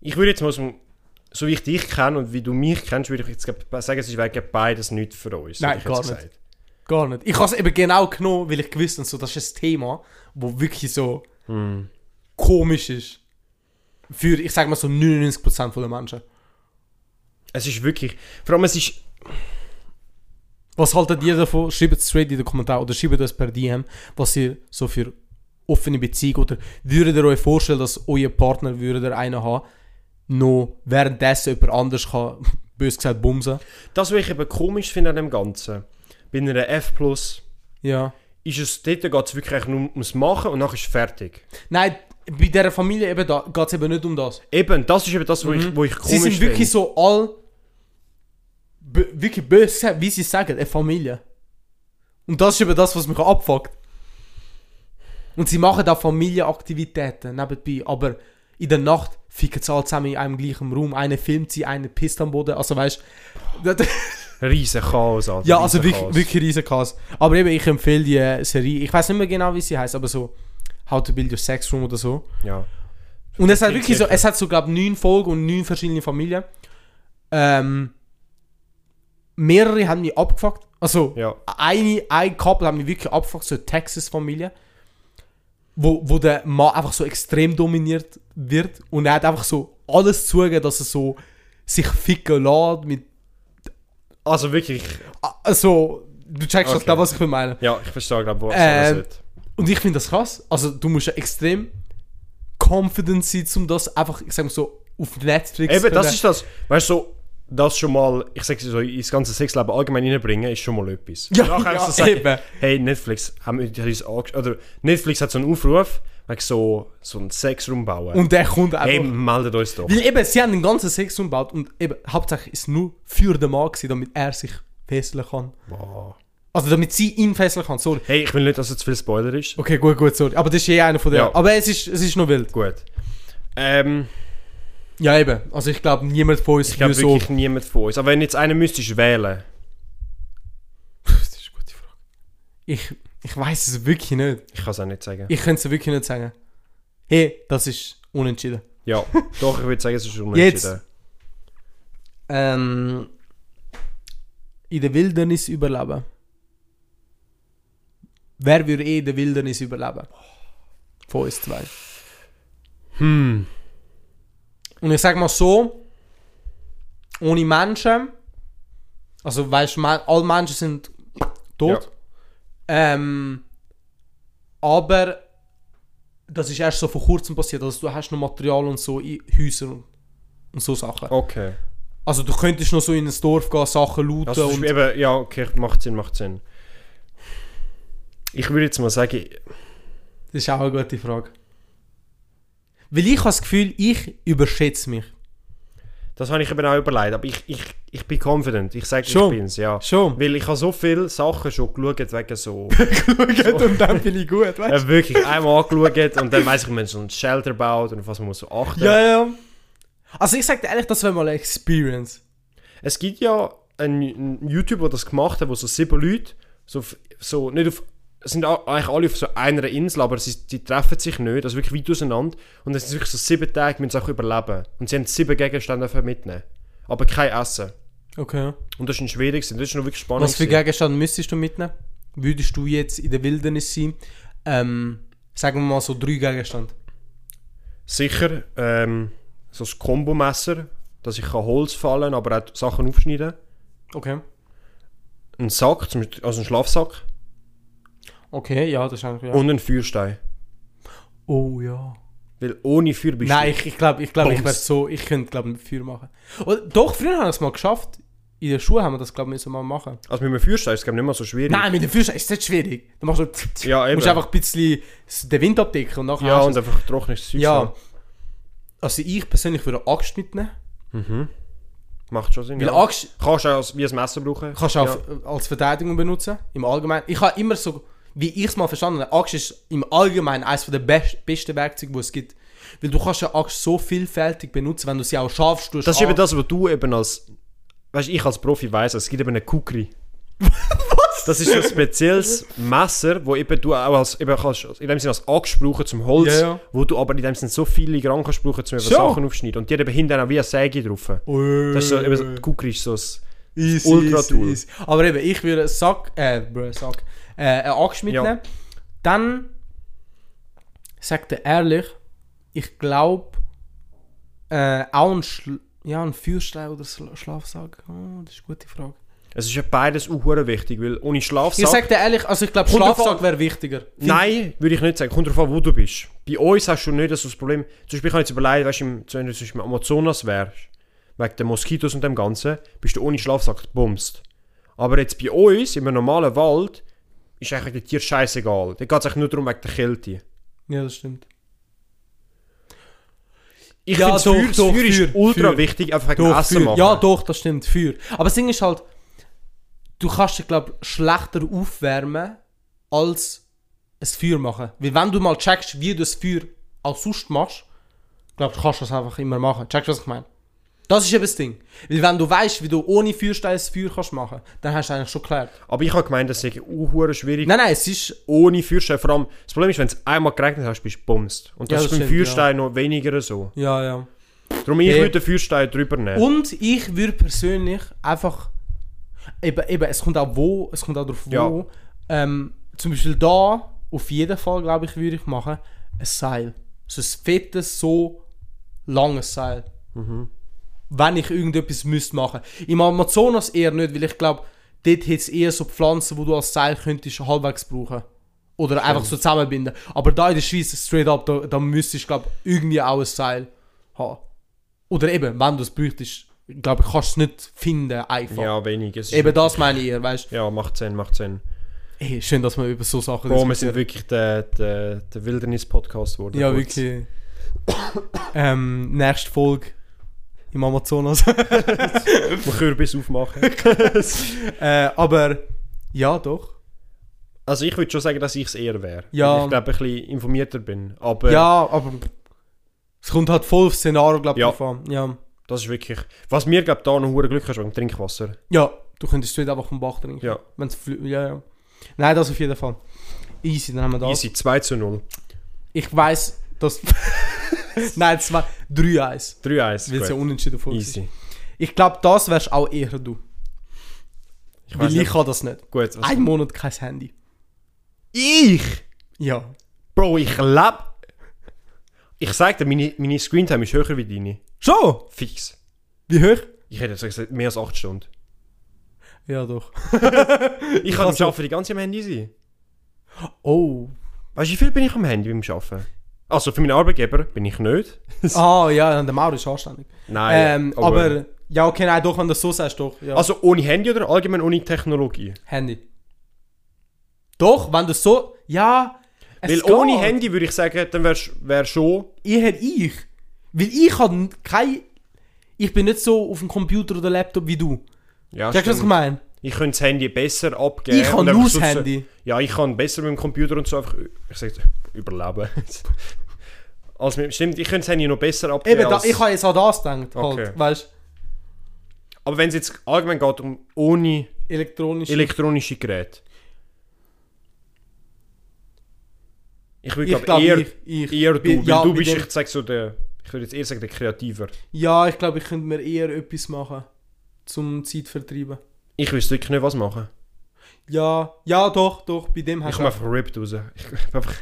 ich würde jetzt mal so, so wie ich dich kenne und wie du mich kennst, würde ich jetzt glaub sagen, es ist wegen beides nichts für uns. Nein, hätte ich jetzt gar nicht. Gar nicht. Ich habe es eben genau genommen, weil ich gewusst habe, so, das ist ein Thema, wo wirklich so komisch ist. Für, ich sage mal so 99% der Menschen. Es ist wirklich, vor allem es ist, Was haltet ihr davon? Schreibt es straight in den Kommentaren oder schreibt uns per DM, was ihr so für offene Beziehung oder würdet ihr euch vorstellen, dass euer Partner, würdet ihr einen haben, noch währenddessen jemand anders kann, <laughs> bös gesagt, bumsen? das, was ich eben komisch finde an dem Ganzen, bei einer F+, Ja. ist es, dort geht es wirklich eigentlich nur ums Machen und nachher ist es fertig. Nein, bei dieser Familie eben da, geht es eben nicht um das. Eben, das ist eben das, wo ich, wo ich komisch Mhm. Sie sind finde. wirklich so all. Bö wirklich böse, wie sie sagen, eine Familie. Und das ist eben das, was mich abfuckt. Und sie machen da Familienaktivitäten nebenbei, aber in der Nacht ficken sie alle zusammen in einem gleichen Raum. Einer filmt sie, einer pisst am Boden. Also weißt <laughs> du. Riesen Chaos, Alter. Ja, also riesen wirklich, Chaos. wirklich riesen Chaos. Aber eben, ich empfehle die äh, Serie. Ich weiß nicht mehr genau, wie sie heißt, aber so How to Build Your Sex Room oder so. Ja. Und es hat Ich wirklich so, kenne es hat so, glaube neun Folgen und neun verschiedene Familien. Ähm, mehrere haben mich abgefuckt. Also, Ja. eine, ein Couple haben mich wirklich abgefuckt, so eine Texas-Familie. Wo, wo der Mann einfach so extrem dominiert wird und er hat einfach so alles zugegeben, dass er so sich ficken lässt mit... Also wirklich, Also, du checkst Okay. okay. das, was ich meine. ja, ich verstehe glaube was Ähm, das ist. Und ich finde das krass. Also, du musst ja extrem confident sein, um das einfach, ich sag mal so, auf Netflix Eben, das können- ist das. Weißt du, so, das schon mal, ich sag's dir so, ins ganze Sexleben allgemein reinbringen, ist schon mal etwas. Ja, Nachher ja, so sagen, eben. Hey, Netflix, haben wir uns angeschaut, oder Netflix hat so einen Aufruf, wegen so, so einen Sexraum bauen. Und der kommt einfach. hey, meldet uns doch. Weil eben, sie haben den ganzen Sex umgebaut und eben, hauptsächlich ist nur für den Mann gewesen, damit er sich fesseln kann. Wow. Also damit sie ihn fesseln kann, sorry. Hey, ich will nicht, dass es zu viel Spoiler ist. Okay, gut, gut, sorry. Aber das ist eh einer von der. Ja. Aber es ist, es ist noch wild. Gut. Ähm, Ja, eben. Also ich glaube, niemand von uns ich glaube würde so. wirklich niemand von uns. Aber wenn jetzt einer müsstest wählen, Das ist eine gute Frage. Ich, ich weiß es wirklich nicht. ich kann es auch nicht sagen. Ich könnte es wirklich nicht sagen. Hey, das ist unentschieden. Ja, doch, ich würde sagen, es ist Jetzt. unentschieden. Ähm, in der Wildnis überleben. Wer würde eh in der Wildnis überleben? Von uns zwei. Hm. Und ich sag mal so, ohne Menschen, also weißt du, me- alle Menschen sind tot. Ja. Ähm, aber das ist erst so vor kurzem passiert. Also du hast noch Material und so in Häusern und- und so Sachen. Okay. Also du könntest noch so in ein Dorf gehen, Sachen looten Also, zum und... Beispiel eben, ja, okay, macht Sinn, macht Sinn. Ich würde jetzt mal sagen, Das ist auch eine gute Frage. Weil ich habe das Gefühl, ich überschätze mich. Das habe ich eben auch überlegt, aber ich, ich, ich bin confident. Ich sage, ich Schon. bin's, ja. <laughs> Schon. Weil ich habe so viele Sachen schon geschaut wegen <laughs> so... Gut, und dann bin ich gut, weißt äh, wirklich einmal angeschaut und dann weiss ich, wenn man so ein Shelter baut und auf was man muss so achten du? <laughs> Ja, ja. Also ich sag dir ehrlich, das wäre mal eine Experience. Es gibt ja einen, einen YouTuber, der das gemacht hat, wo so sieben Leute, so, auf- so nicht auf, es sind a- eigentlich alle auf so einer Insel, aber sie, die treffen sich nicht, also wirklich weit auseinander. Und dann sind sie wirklich so sieben Tage, müssen sie auch überleben. Und sie haben sieben Gegenstände dafür mitnehmen. Aber kein Essen. Okay. Und das ist in Schweden, gewesen. das ist noch wirklich spannend. Was für gewesen. Gegenstand müsstest du mitnehmen? Würdest du jetzt in der Wildnis sein? Ähm, sagen wir mal so drei Gegenstände. Sicher, ähm, so ein Kombomesser, dass ich kann Holz fallen aber auch Sachen aufschneiden Okay. Ein Sack, zum Beispiel- also ein Schlafsack. Okay, ja, das ist eigentlich... Ja. Und ein Feuerstein. oh ja. Weil ohne Feuer bist Nein, ich glaube, ich, glaub, ich Bums. wäre so... Ich könnte, glaube ich, Feuer machen. Oder, doch, früher haben wir es mal geschafft. In der Schule haben wir das, glaube ich, mal machen. du... Also mit einem Feuerstein ist es glaub ich, nicht mehr so schwierig. Nein, mit dem Feuerstein ist es nicht schwierig. Dann machst du... Ja, eben. musst einfach ein bisschen den Wind abdecken und nachher Ja, hast du und einfach trockenes Zeug. Ja. haben. Also ich persönlich würde Axt mitnehmen. Macht schon Sinn. Weil ja. Axt Kannst du auch als, wie ein Messer brauchen. kannst du auch äh, als Verteidigung benutzen. Im Allgemeinen. Ich habe immer so, wie ich es mal verstanden habe, Axt ist im Allgemeinen eines der best, besten Werkzeuge, die es gibt. Weil du kannst eine Axt so vielfältig benutzen, wenn du sie auch scharf tust. Das ist Ah, eben das, was du eben als... Weißt du, ich als Profi weiss, es gibt eben einen Kukri. <laughs> Was? Das ist so ein spezielles Messer, wo eben du auch als, eben kannst, in dem Sinne als Axt brauchen zum Holz, Ja, ja. wo du aber in dem Sinne so viele Gramm kannst brauchen, um eben Schon. Sachen aufzuschneiden. Und die hat eben hinten auch wie eine Säge drauf. Äh, Das ist so, eben, so- Kukri ist so ein... easy, Ultra-Tool. easy, easy. Aber eben, ich würde einen Sack, äh, bro, einen Sack, äh, eine Axt mitnehmen. Dann, sagt er ehrlich, ich glaube, äh, auch ein, Schl ja, ein Feuerstein oder Schla Schlafsack. Oh, das ist eine gute Frage. Es ist ja beides auch verdammt wichtig, weil ohne Schlafsack... Ich sag dir ehrlich, also ich glaube, Kommt drauf Schlafsack an. wäre wichtiger. Nein, würde ich nicht sagen. Kommt drauf an, wo du bist. Bei uns hast du nicht so das Problem. Zum Beispiel kann ich jetzt überlegen, weißt, du, im, wenn du zum Beispiel im Amazonas wärst, wegen den Moskitos und dem Ganzen, bist du ohne Schlafsack gebumst. Aber jetzt bei uns, im normalen Wald, ist eigentlich der Tier scheißegal. Da geht es nur darum, wegen der Kälte. Ja, das stimmt. Ich finde, Ja, das Feuer, doch, das doch, Feuer ist Feuer, ultra Feuer. wichtig, einfach wegen dem Doch, Essen Feuer. machen. Ja, doch, das stimmt, Feuer. Aber das Ding ist halt, du kannst dich, glaube schlechter aufwärmen, als ein Feuer machen. Weil wenn du mal checkst, wie du das Feuer auch sonst machst, glaub, du kannst das einfach immer machen. Checkst du, was ich meine? Das ist eben das Ding. Weil wenn du weißt, wie du ohne Feuerstein ein Feuer kannst machen, dann hast du eigentlich schon geklärt. Aber ich habe gemeint, das sei auch schwierig. Nein, nein, es ist... Ohne Feuerstein, vor allem, das Problem ist, wenn es einmal geregnet hast, bist du bumst. Und das Ja, ist das beim stimmt, ja. Feuerstein noch weniger so. Ja, ja. Darum, ich Hey. würde den Feuerstein drüber nehmen. Und ich würde persönlich einfach. Eben, eben, es kommt auch wo, es kommt auch drauf wo. Ähm, zum Beispiel da, auf jeden Fall, glaube ich, würde ich machen, ein Seil. So ein fettes, so langes Seil. Wenn ich irgendetwas müsste machen. Im Amazonas eher nicht, weil ich glaube, dort hätte es eher so Pflanzen, die du als Seil könntest halbwegs brauchen. Oder einfach so zusammenbinden. Aber da in der Schweiz, straight up, da, da müsstest du, glaube ich, irgendwie auch ein Seil haben. Oder eben, wenn du es bräuchtest, glaube ich, kannst du es nicht finden einfach. Ja, wenig. Es ist Eben das meine ich eher, weißt du. Ja, macht Sinn, macht Sinn. Ey, schön, dass wir über so Sachen Bro, wir sind diskutieren. wirklich der, der, der Wildnis-Podcast geworden. Ja, Gut. wirklich. ähm, nächste Folge im Amazonas. <laughs> Wir können bis aufmachen. äh, aber ja, doch. Also ich würde schon sagen, dass ich es eher wäre. Ja. Weil Ich glaube, ein bisschen informierter bin. Aber Ja, aber es kommt halt voll auf Szenario, glaube ich, Ja. drauf an. Ja. das ist wirklich... Was mir, glaube da noch hure Glück hast, wegen Trinkwasser. ja, du könntest nicht einfach vom Bach trinken. Ja. Wenn's flü- ja, ja. Nein, das auf jeden Fall. Easy, dann haben wir das. Easy, 2 zu 0. Ich weiß, dass... <laughs> Nein, zwei, 3-1. 3-1. Weil es ja gut. unentschieden vor war. Easy. Ich glaube, das wärst auch eher du. Ich weil weiß ich nicht. kann das nicht. Gut. Also, Ein Monat kein Handy. ich? Ja. Bro, ich lebe... Ich sage dir, meine, meine Screentime ist höher wie deine. Schon? Fix. Wie hoch? Ich hätte jetzt gesagt, mehr als 8 Stunden. Ja, doch. Ich kann Also- im Arbeiten die ganze Zeit am Handy sein. Oh. Weißt du, wie viel bin ich am Handy beim Arbeiten? Also für meinen Arbeitgeber bin ich nicht. Ah, ja, dann der Mauro ist anständig. Nein. ähm, aber, ja, okay, nein, doch, wenn du das so sagst, doch. Ja. Also ohne Handy oder allgemein ohne Technologie? Handy. Doch, wenn du so. Ja. es Weil geht. ohne Handy würde ich sagen, dann wär's wär schon. Eher ich. Weil ich habe kein. ich bin nicht so auf dem Computer oder Laptop wie du. Ja, Sagst du, was ich stimmt. meine? ich könnte das Handy besser abgeben. Ich kann und nur einfach das sonst- Handy. Ja, ich kann besser mit dem Computer und so einfach, ich sag jetzt, überleben. <laughs> Als mit, stimmt, ich könnte das Handy noch besser abgeben. Eben, da, als, ich habe jetzt an das gedacht, Okay. halt, weißt aber wenn es jetzt allgemein geht um ohne du, elektronisch. elektronische Geräte. Ich würde glaub, ich glaube, eher, ich, ich, eher du, bin- weil ja, du mit bist, dem- ich sag so der, ich würde jetzt eher sagen, der Kreativer. ja, ich glaube, ich könnte mir eher etwas machen, zum Zeitvertreiben. Ich wüsste wirklich nicht, was machen. Ja, ja, doch, doch, bei dem Ich hast du komme einfach ripped raus. Ich bin einfach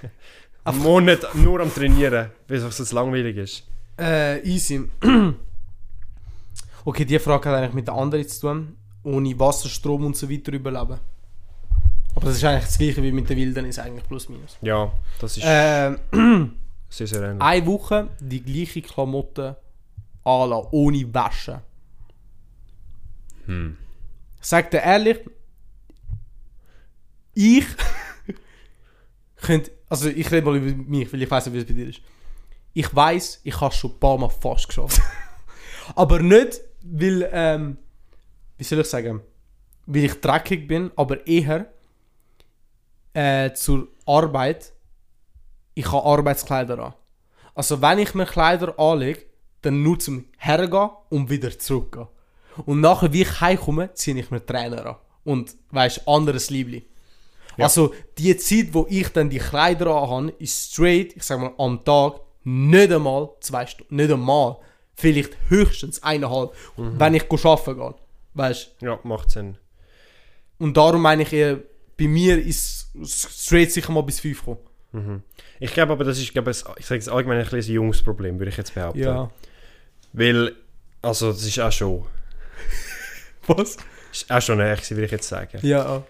einen Monat nur am Trainieren, weil es einfach so langweilig ist. Äh, easy. <clears throat> okay, die Frage hat eigentlich mit der anderen zu tun. Ohne Wasser, Strom und so weiter überleben. Aber das ist eigentlich das gleiche wie mit der Wildnis, eigentlich plus minus. Ja, Eh. Ah. das ist Ähm, sehr, sehr ähnlich. eine Woche die gleiche Klamotten anlassen, ohne waschen. Hm. Ich sag dir ehrlich, ich <laughs> könnte, also ich rede mal über mich, weil ich weiß nicht, wie es bei dir ist. Ich weiß, ich habe es schon ein paar Mal fast geschafft. <laughs> aber nicht, weil, ähm, wie soll ich sagen, weil ich dreckig bin, aber eher äh, zur Arbeit. Ich habe Arbeitskleider an. Also wenn ich mir Kleider anlege, dann nur zum Hergehen und wieder zurückgehen. Und nachher, wie ich heimkomme, ziehe ich mir die Trainer an. Und weißt, anderes Liebling. Also die Zeit, wo ich dann die Kleider anhabe, ist straight, ich sag mal, am Tag nicht einmal zwei Stunden, nicht einmal, vielleicht höchstens eineinhalb, wenn ich go arbeiten gehe. Weißt Ja, macht Sinn. Und darum meine ich eher, bei mir ist straight sicher mal bis 5 gekommen. Ich glaube aber, das ist, glaube ich, ein- ich sage es allgemein ein kleines junges Problem, würde ich jetzt behaupten. Weil, also, das ist auch schon, Was? ist auch schon näher, gewesen, würde ich jetzt sagen. Ja.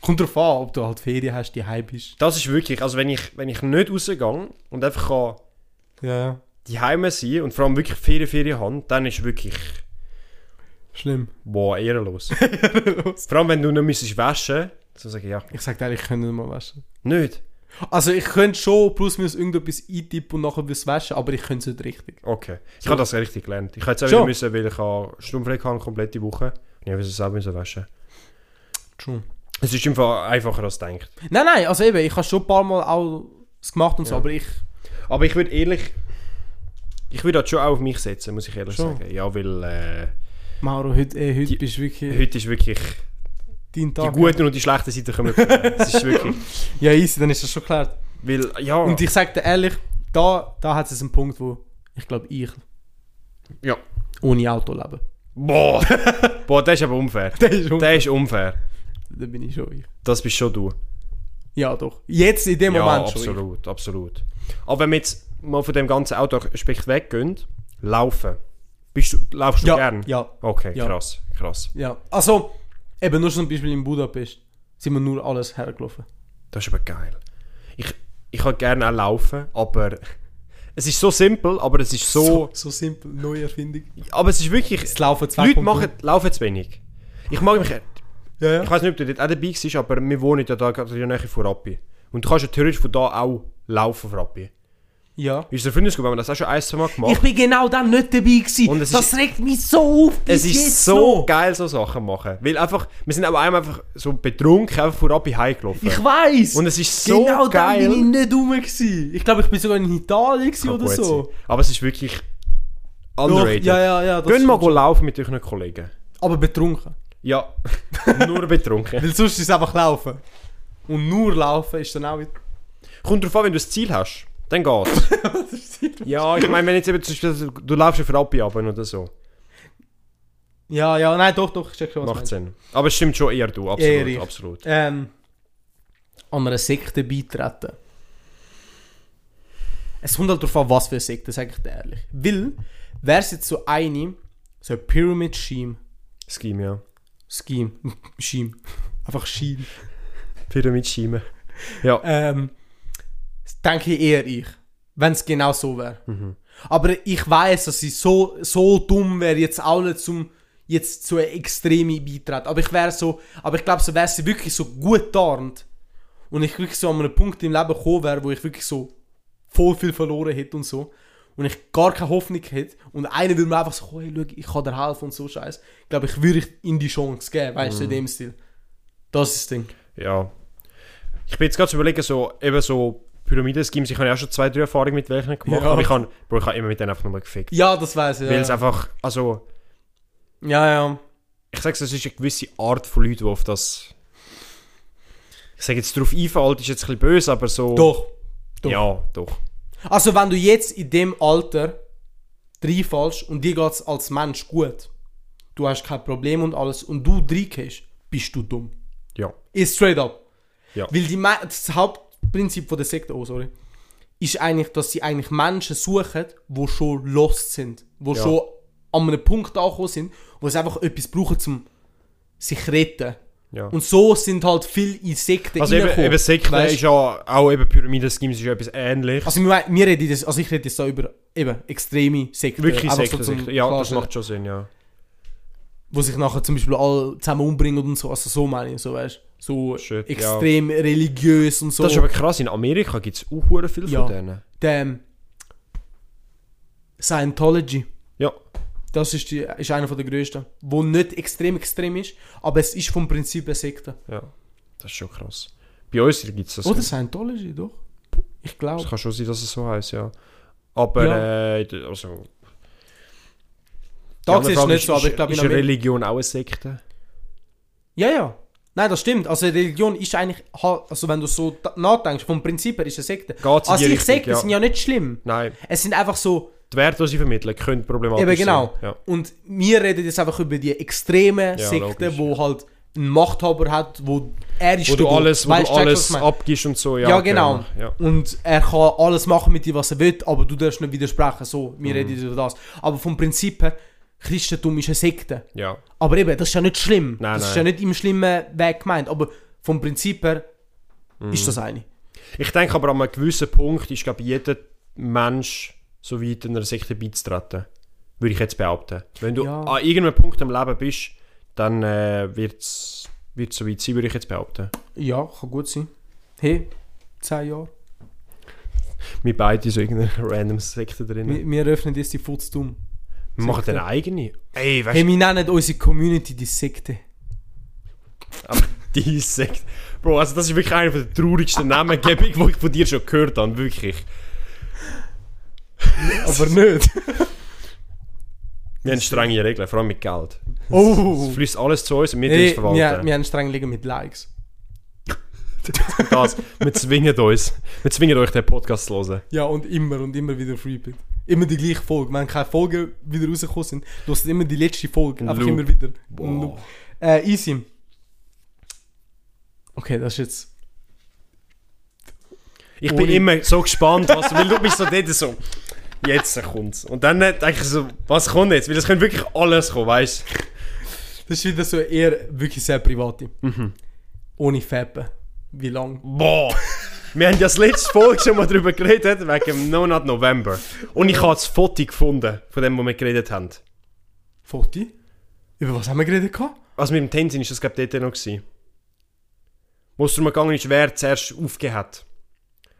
Kommt drauf an, ob du halt Ferien hast, die heim bist. Das ist wirklich, also wenn ich, wenn ich nicht rausgehe und einfach kann Ja, ja. die Heime sein und vor allem wirklich Ferien, Ferien haben, dann ist wirklich, Schlimm. boah, <laughs> ehrenlos. vor allem, wenn du nicht müsstest waschen, so sage ich, ja, Ich sag dir, ich könnte nicht mal waschen. nicht. Also ich könnte schon plus minus irgendetwas eintippen und nachher was waschen, aber ich könnte es nicht richtig. Okay. Ich habe das richtig gelernt. Ich hätte es auch Schon? wieder müssen, weil ich habe Sturmfleck habe, komplette Woche. Und ich habe es selber müssen waschen. True. Es ist einfach einfacher als denkt. Nein, nein, also eben, ich habe schon ein paar Mal auch es gemacht und so, Ja. aber ich... Aber ich würde ehrlich. Ich würde das schon auch auf mich setzen, muss ich ehrlich Schon? sagen. Ja, weil äh, Mauro, heute, äh, heute Die- bist du wirklich heute ist wirklich. dein Die Tag. guten und die schlechten Seiten kommen. Es ist wirklich. Ja, easy, dann ist das schon geklärt. Weil, ja. Und ich sag dir ehrlich, da, da hat es einen Punkt, wo ich glaube, ich Ja. ohne Auto lebe. Boah! <laughs> Boah, das ist aber unfair. Das ist schon, da, <laughs> Das ist unfair. bin ich schon ich. Das bist schon du. Ja, doch. Jetzt in dem ja, Moment schon. absolut, absolut. Aber wenn wir jetzt mal von dem ganzen Outdoor-Aspekt weggehen, laufen. Bist du, laufst Ich. du Ja, gern? ja, Okay, Ja. krass, krass. ja. Also, eben nur zum Beispiel in Budapest sind wir nur alles hergelaufen. Das ist aber geil. Ich, ich kann gerne auch laufen, aber <laughs> es ist so simpel, aber es ist so. so simpel, neue Erfindung. Aber es ist wirklich. Es ne? laufen zwei Leute machen, laufen zu wenig. Ich mag mich. Ja, ja. Ich weiß nicht, ob du dort auch dabei warst, aber wir wohnen ja da gerade in der Nähe von Rappi. Und du kannst ja theoretisch von da auch laufen von Rappi. ja. In unserer Freundesgruppe haben wir das auch schon ein, zwei Mal Ich gemacht. bin genau dann nicht dabei gewesen. Und es das regt mich so auf. bis es ist jetzt so noch. geil, so Sachen machen. Weil einfach, wir sind aber einmal einfach so betrunken, einfach von Rappi heimgelaufen. Ich weiß. Und es ist so genau geil. dann bin ich nicht rum gewesen. Ich glaube, ich bin sogar in Italien gewesen Kann oder gut so. sein. Aber es ist wirklich underrated. Doch, ja, ja, ja. das Gehen mal stimmt go laufen mit euren Kollegen. schon. Aber betrunken. Ja, <laughs> nur betrunken. Weil sonst ist es einfach laufen. Und nur laufen ist dann auch wieder. Kommt drauf an, wenn du das Ziel hast, dann <laughs> geht's. ja, ich meine, wenn jetzt eben zum Beispiel, also, du läufst auf Rappi ab oder so, Ja, ja, nein, doch, doch, ich check schon was. macht du meinst. Sinn. Aber es stimmt schon eher du, absolut, Eher ich. absolut. Ähm, an einer Sekte beitreten. Es kommt halt darauf an, was für eine Sekte, sag ich dir ehrlich. Weil, wäre es jetzt so eine, so ein Pyramid Scheme, Scheme, ja. Scheme, <laughs> Scheme, einfach Scheme, Pyramid-Scheme. ähm, denke ich eher ich, wenn es genau so wäre. Mhm. Aber ich weiß, dass ich so, so dumm wäre, jetzt auch nicht zum jetzt zu einem extremen Beitrag. Aber ich wäre so, aber ich glaube, so wäre sie wirklich so gut tarnt und ich wirklich so an einem Punkt im Leben gekommen wäre, wo ich wirklich so voll viel verloren hätte und so. und ich gar keine Hoffnung hätte und einer würde mir einfach sagen, so, hey, schau, ich kann dir helfen und so Scheiß, glaube ich, würde ich ihm die Chance geben, weißt du, in dem Stil. Das ist das Ding. Ja. Ich bin jetzt gerade zu überlegen, so, eben so Pyramiden-Schemes, ich habe ja auch schon zwei, drei Erfahrungen mit welchen gemacht, Ja. aber ich habe, Bro, ich habe immer mit denen einfach nur gefickt. Ja, das weiß ich. Weil es Ja, einfach, also, ja. ja. ich sage es, es ist eine gewisse Art von Leuten, die auf das, ich sage jetzt drauf einfallen, ist jetzt ein bisschen böse, aber so... Doch. doch. Ja, doch. Also, wenn du jetzt in dem Alter reinfallst und dir geht es als Mensch gut, du hast kein Problem und alles und du reingehst, bist du dumm. Ja. Ist straight up. Ja. Weil die, Me- das Hauptprinzip von der Sekte, oh sorry, ist eigentlich, dass sie eigentlich Menschen suchen, die schon lost sind. Die Ja. schon an einem Punkt angekommen sind, wo sie einfach etwas brauchen, um sich zu retten. ja. Und so sind halt viele in Sekten Also eben, reingekommen, eben Sekten weisst? ist ja auch eben Pyramiden-Schemes ist ja etwas ähnliches. Also, wir, wir reden das, also ich rede jetzt da über eben extreme Sekten. Wirklich einfach Sekten. so zum Sekten. ja, das Klarstellen, macht schon Sinn, ja. Wo sich nachher zum Beispiel alle zusammen umbringen und so. Also, so meine ich, so weißt So Shit, ja. extrem religiös und so. Das ist aber krass, in Amerika gibt es auch hure viel Ja. von denen. Damn. Scientology. Ja. Das ist, die, ist einer der grössten. Wo nicht extrem extrem ist, aber es ist vom Prinzip eine Sekte. Ja, das ist schon krass. Bei uns gibt es das. Oder nicht. Scientology, doch? Ich Es glaube. kann schon sein, dass es so heißt, ja. Aber, äh, d- also. Da die andere ist es Frage nicht so, aber ich glaube Ist in eine Amerika. Religion auch eine Sekte? Ja, ja. Nein, das stimmt. Also Religion ist eigentlich, ha- also wenn du so da- nachdenkst, vom Prinzip her ist eine Sekte. Geht's in also die ich Richtung, Sekten ja. sind ja nicht schlimm. Nein, Es sind einfach so, die Werte, die sie vermitteln, können problematisch Eben genau. sein. Ja. Und wir reden jetzt einfach über die extremen Ja, Sekten, logisch, wo halt ein Machthaber hat, wo er ist Wo du der Gott. alles, wo Weißt du checkst, alles was ich meine? abgibst und so, ja. Ja, genau. gerne, Ja. Und er kann alles machen mit dir, was er will, aber du darfst nicht widersprechen. So, wir Mhm. reden über das. Aber vom Prinzip her, Christentum ist eine Sekte. ja. Aber eben, das ist ja nicht schlimm. Nein, das ist ja nein. nicht im schlimmen Weg gemeint. Aber vom Prinzip her Mhm. ist das eine. Ich denke aber, an einem gewissen Punkt ist, glaube ich, jeder Mensch so weit in einer Sekte beizutreten. Würde ich jetzt behaupten. Wenn du Ja. an irgendeinem Punkt im Leben bist, dann äh, wird es so weit sein, würde ich jetzt behaupten. Ja, kann gut sein. Hey, 10 Jahre. Wir beide so irgendeine <laughs> random Sekte drin. Wir, Wir, wir öffnen jetzt die Futztum. machen Sekte. eine eigene. Ey, weißt Hey, wir nennen unsere Community die Sekte. du, <laughs> die Sekte. Bro, also das ist wirklich einer der traurigsten Namengebungen, die ich von dir schon gehört habe. Wirklich. <laughs> Aber <laughs> nicht. Wir haben strenge Regeln, vor allem mit Geld. Es Oh! fließt alles zu uns und wir hey, Hey, uns verwalten. wir, wir haben streng liegen mit Likes. Das, wir zwingen uns. Wir zwingen euch, den Podcast zu hören. Ja, und immer und immer wieder Freebit. Immer die gleiche Folge. Wenn keine Folgen wieder rausgekommen sind, du hast immer die letzte Folge. Ein Einfach Loop. immer wieder. Ein Wow. Loop. Äh, easy. Okay, das ist jetzt. Ich bin Ohne- immer so gespannt, was, weil du bist so dort so, jetzt kommt's. Und dann äh, denke ich so, was kommt jetzt? Weil es könnte wirklich alles kommen, weißt du? Das ist wieder so eher wirklich sehr private. Ohne Fappen. Wie lang? Boah! Wir haben ja das letzte Folge schon mal darüber geredet, wegen dem No Not November. Und ich habe das Foto gefunden, von dem, wo wir geredet haben. 40? Über was haben wir geredet? gehabt? Also mit dem Tenzin war das, glaube ich, dort noch. gewesen. Wo es darum gegangen ist, wer zuerst aufgegeben hat.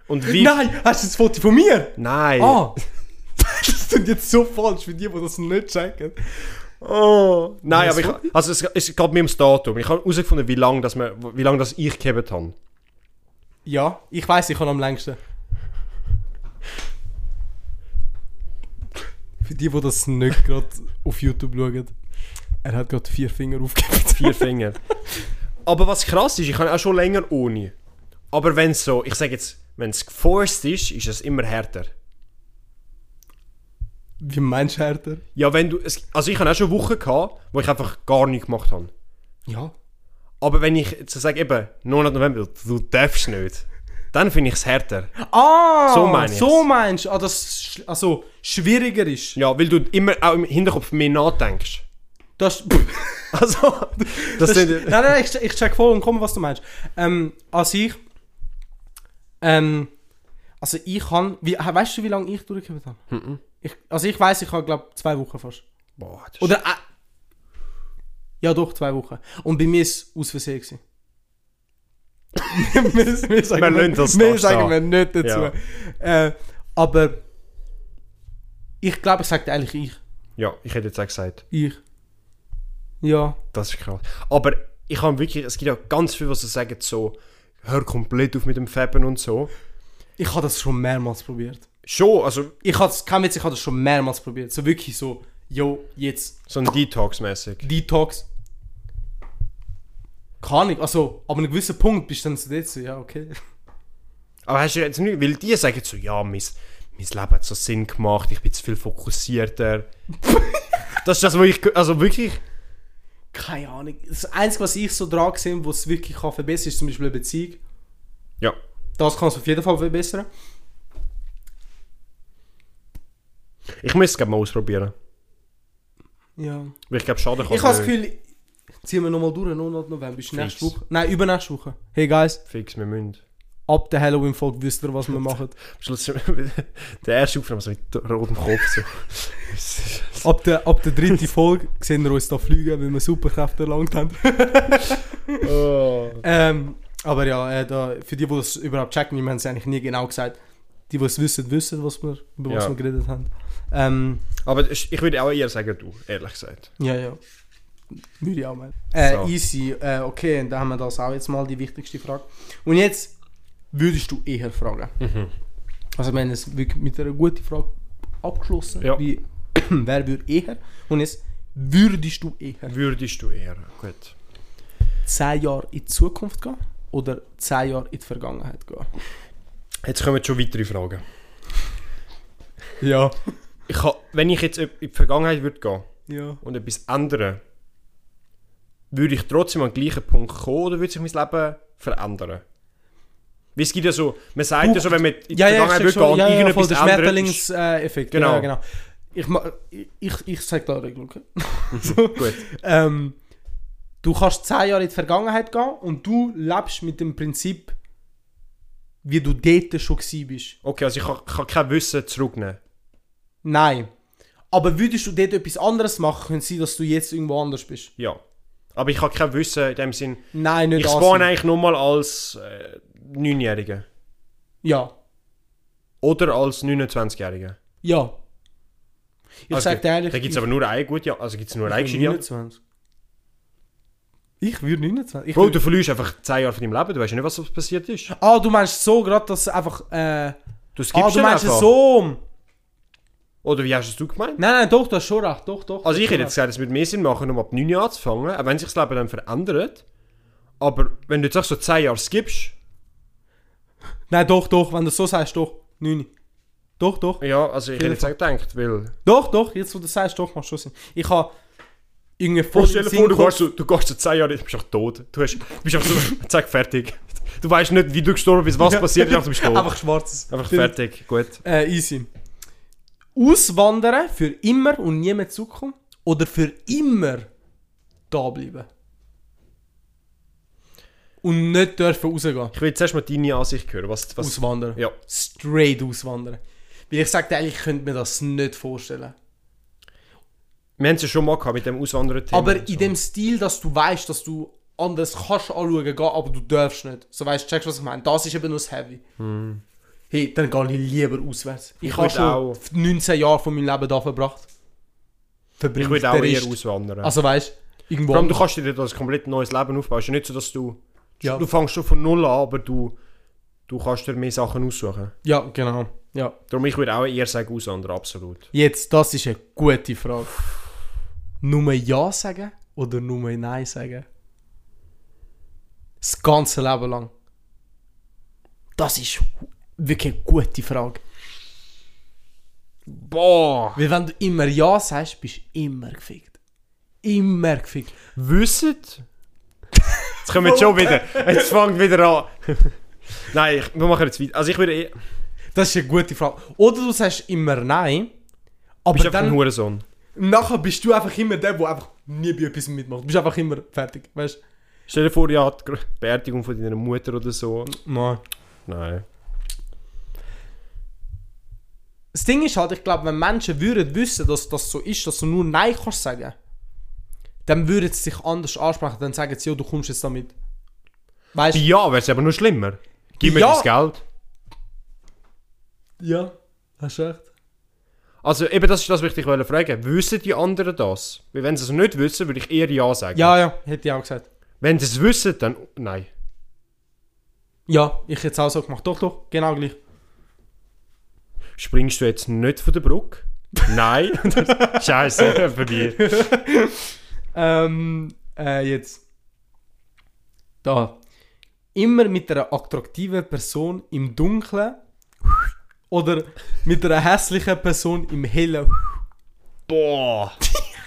Und wie... Nein, hast du das Foto von mir? Nein. Ah! <laughs> das klingt jetzt so falsch für die, die das nicht checken. Oh, nein, Was aber ich, also es, es geht mir ums Datum. Ich habe herausgefunden, wie lange das, wir- wie lang das ich gehabt habe. Ja, ich weiß, ich kann am längsten. Für die, die das nicht gerade auf YouTube schauen, er hat gerade vier Finger aufgegeben. <laughs> Vier Finger. <laughs> aber was krass ist, ich kann auch schon länger ohne. Aber wenn es so, ich sage jetzt, wenn es geforst ist, ist es immer härter. Wie meinst du, härter? Ja, wenn du, es, also ich habe auch schon Wochen gehabt, wo ich einfach gar nichts gemacht habe. Ja. Aber wenn ich jetzt sage, eben, 9. November, du darfst nicht, dann finde ich es härter. Ah! So meine ich's. So meinst du, ah, dass es sch- also schwieriger ist. Ja, weil du immer auch im Hinterkopf mehr nachdenkst. <laughs> Das, Also, das, das, sind... nein, nein, ich, ich check voll und komme, was du meinst. Ähm, also ich. Ähm, also ich kann. Wie, weißt du, wie lange ich durchgekommen habe? Mhm. Ich, also ich weiß, ich habe, glaube zwei Wochen fast. Boah, das ist- Oder. Äh, ja, doch, zwei Wochen. Und bei mir war es aus Versehen. <laughs> gewesen. <laughs> wir, wir sagen, Wir lassen das wir da sagen wir nicht dazu. Äh, aber Ich glaube, ich sage eigentlich ich. Ja, ich hätte jetzt auch gesagt, Ich. Ja. das ist krass. Aber ich habe wirklich, es gibt ja ganz viel, was sie sagen, so, hör komplett auf mit dem Feben und so. Ich habe das schon mehrmals probiert. Schon, also Ich habe kein Witz, ich habe das schon mehrmals probiert. So wirklich so, yo, jetzt so ein Detox-mäßig. Detox. Kann ich, also, ab einem gewissen Punkt bist du dann so dort so, ja, okay. <laughs> Aber hast du jetzt nicht, weil die sagen so, ja, mein, mein Leben hat so Sinn gemacht, ich bin zu viel <laughs> fokussierter. das ist das, was ich, ge- also wirklich, Keine Ahnung. Das Einzige, was ich so dran gesehen was es wirklich kann verbessern kann, ist zum Beispiel eine Beziehung. ja. Das kann es auf jeden Fall verbessern. Ich muss es glaub mal ausprobieren. Ja. Weil ich glaube, Schaden kann Ich habe das nicht. Gefühl, ziehen wir nochmal durch, nur noch November. Ist nächste Also, Fix. Woche. Nein, übernächste Woche. Hey guys, Fix, wir müssen. ab der Halloween-Folge wisst ihr, was wir machen. Am Schluss <laughs> der erste Aufnahme so mit rotem Kopf. So. Ab der, ab der dritten Folge sehen wir uns da fliegen, weil wir Superkräfte erlangt haben. <laughs> oh. Ähm, aber ja, äh, da, für die, die es überhaupt checken, wir haben es eigentlich nie genau gesagt. Die, die es wissen, wissen, was wir, über was Ja. wir geredet haben. Ähm, Aber ich ich würde auch eher sagen, du, ehrlich gesagt. ja, ja. Würde ich auch meinen. Äh, So. Easy, äh, okay, und da haben wir das auch jetzt mal, die wichtigste Frage. Und jetzt würdest du eher fragen. Mhm. Also wir haben es wirklich mit einer guten Frage abgeschlossen. Ja. Wie, <clears throat> wer würde eher? Und jetzt würdest du eher Würdest du eher? Gut. 10 Jahre in die Zukunft gehen oder 10 Jahre in die Vergangenheit gehen? Jetzt kommen schon weitere Fragen. Ja. Ich ha, wenn ich jetzt in die Vergangenheit würde gehen Ja. und etwas ändern, würde ich trotzdem an den gleichen Punkt kommen oder würde sich mein Leben verändern? Weil es gibt ja so, man sagt ja so, wenn man in die Ja, ja, Vergangenheit ich check würde gehen schon. und Ja, ja, irgendetwas voll der ändern, ist Schmetterlingseffekt. Genau. Ja, Genau. genau. Ich, ma- ich, ich- ich sag da eine Regelung. Mhm. <laughs> gut. Ähm, du kannst 10 Jahre in die Vergangenheit gehen und du lebst mit dem Prinzip, wie du dort schon gewesen bist. Okay, also ich kann, kann kein Wissen zurücknehmen. Nein. Aber würdest du dort etwas anderes machen, könnte es sein, dass du jetzt irgendwo anders bist. Ja. Aber ich kann kein Wissen in dem Sinn. Nein, nicht Ich das. spawn eigentlich nur mal als äh, 9-Jähriger. Ja. Oder als 29-Jähriger. Ja. Ich Also, sag dir ehrlich, Da gibt es ich- aber nur eine gute, also gibt es nur eine ich gute würd Jahr. 29. Ich würde 29. Ich Bro, würd- du verlierst einfach 10 Jahre von deinem Leben, du weißt ja nicht, was passiert ist. Ah, du meinst so gerade, dass einfach. Äh, Du skippst ah, du dann meinst es einfach. so. Nein, Oder wie hast du es gemeint? nein, doch, du hast schon recht. Doch, doch. Also ich du hast hätte jetzt gesagt, es würde mehr Sinn machen, um ab 9 Jahren anzufangen, auch wenn sich das Leben dann verändert. Aber wenn du jetzt sagst, so 10 Jahre skippst, recht. Nein, doch, doch. Wenn du es so sagst, doch. 9. Doch, doch. ja, also ich hätte jetzt auch gedacht, weil... Doch, doch. Jetzt, wo du sagst, doch, macht schon Sinn. Ich habe irgendwie Bro, voll stell dir Sinn vor, du gehabt- gehst, so, du gehst so 10 Jahre, du bist einfach tot. Du hast, du bist einfach so, <laughs> zack, fertig. Du weißt nicht, wie du gestorben bist, was Ja. passiert ist, <laughs> aber du bist tot. Einfach schwarzes. Einfach Stimmt. fertig, gut. Äh, easy. Auswandern für immer und nie mehr zurückkommen oder für immer da bleiben. Und nicht dürfen rausgehen. Ich will zuerst mal deine Ansicht hören. Was, was, Auswandern. ja. Straight auswandern. Weil ich sagte eigentlich, ich könnte mir das nicht vorstellen. Wir haben es ja schon mal gehabt mit dem Auswanderer-Thema. aber und in so. dem Stil, dass du weißt, dass du anders kannst anschauen, gehen, aber du darfst nicht. So weißt du, checkst, was ich meine? Das ist eben nur das Heavy. Hey, dann gehe ich lieber auswärts. Ich, Hm. Ich habe würd schon auch- 19 Jahre von meinem Leben da verbracht. Ich Verbringt würde auch der eher Rest. auswandern. Also weißt du, irgendwo. Vor allem, du kannst dir das komplett neues Leben aufbauen. Es ist ja nicht so, dass du... Ja. Du fängst schon von null an, aber du, du kannst dir mehr Sachen aussuchen. ja, genau. Ja. Darum, ich würde auch eher sagen auswandern, absolut. Jetzt, das ist eine gute Frage. Nur Ja sagen oder nur Nein sagen? Das ganze Leben lang. Das ist hu- wirklich eine gute Frage. Boah! Weil wenn du immer Ja sagst, bist du immer gefickt. Immer gefickt. Wisset? Jetzt kommen wir schon wieder. Jetzt fängt wieder an. <laughs> Nein, ich, wir machen jetzt weiter. Also ich würde eher... Das ist eine gute Frage. Oder du sagst immer Nein, aber Bist du einfach ein dann Hurensohn. nachher bist du einfach immer der, der einfach nie bei etwas mitmacht. Du bist einfach immer fertig, weißt du? Stell dir vor, ja, die Gr- Beerdigung von deiner Mutter oder so. Nein. Nein. Das Ding ist halt, ich glaube, wenn Menschen würden wissen, dass das so ist, dass du nur Nein kannst sagen, dann würden sie dich anders ansprechen, dann sagen sie, ja, du kommst jetzt damit. Weißt Bei du? Ja wäre es aber noch schlimmer. Gib mir Ja. das Geld. Ja, hast recht. Also eben das ist das, was ich dich fragen wollte. Wissen die anderen das? Weil wenn sie es nicht wissen, würde ich eher Ja sagen. Ja, ja, hätte ich auch gesagt. Wenn sie es wissen, dann... Nein. Ja, ich hätte es auch so gemacht. Doch, doch, genau gleich. Springst du jetzt nicht von der Brücke? <laughs> Nein. Scheiße, bei dir. Ähm, äh, jetzt. Da. Immer mit einer attraktiven Person im Dunkeln oder mit einer hässlichen Person im Hellen. Boah.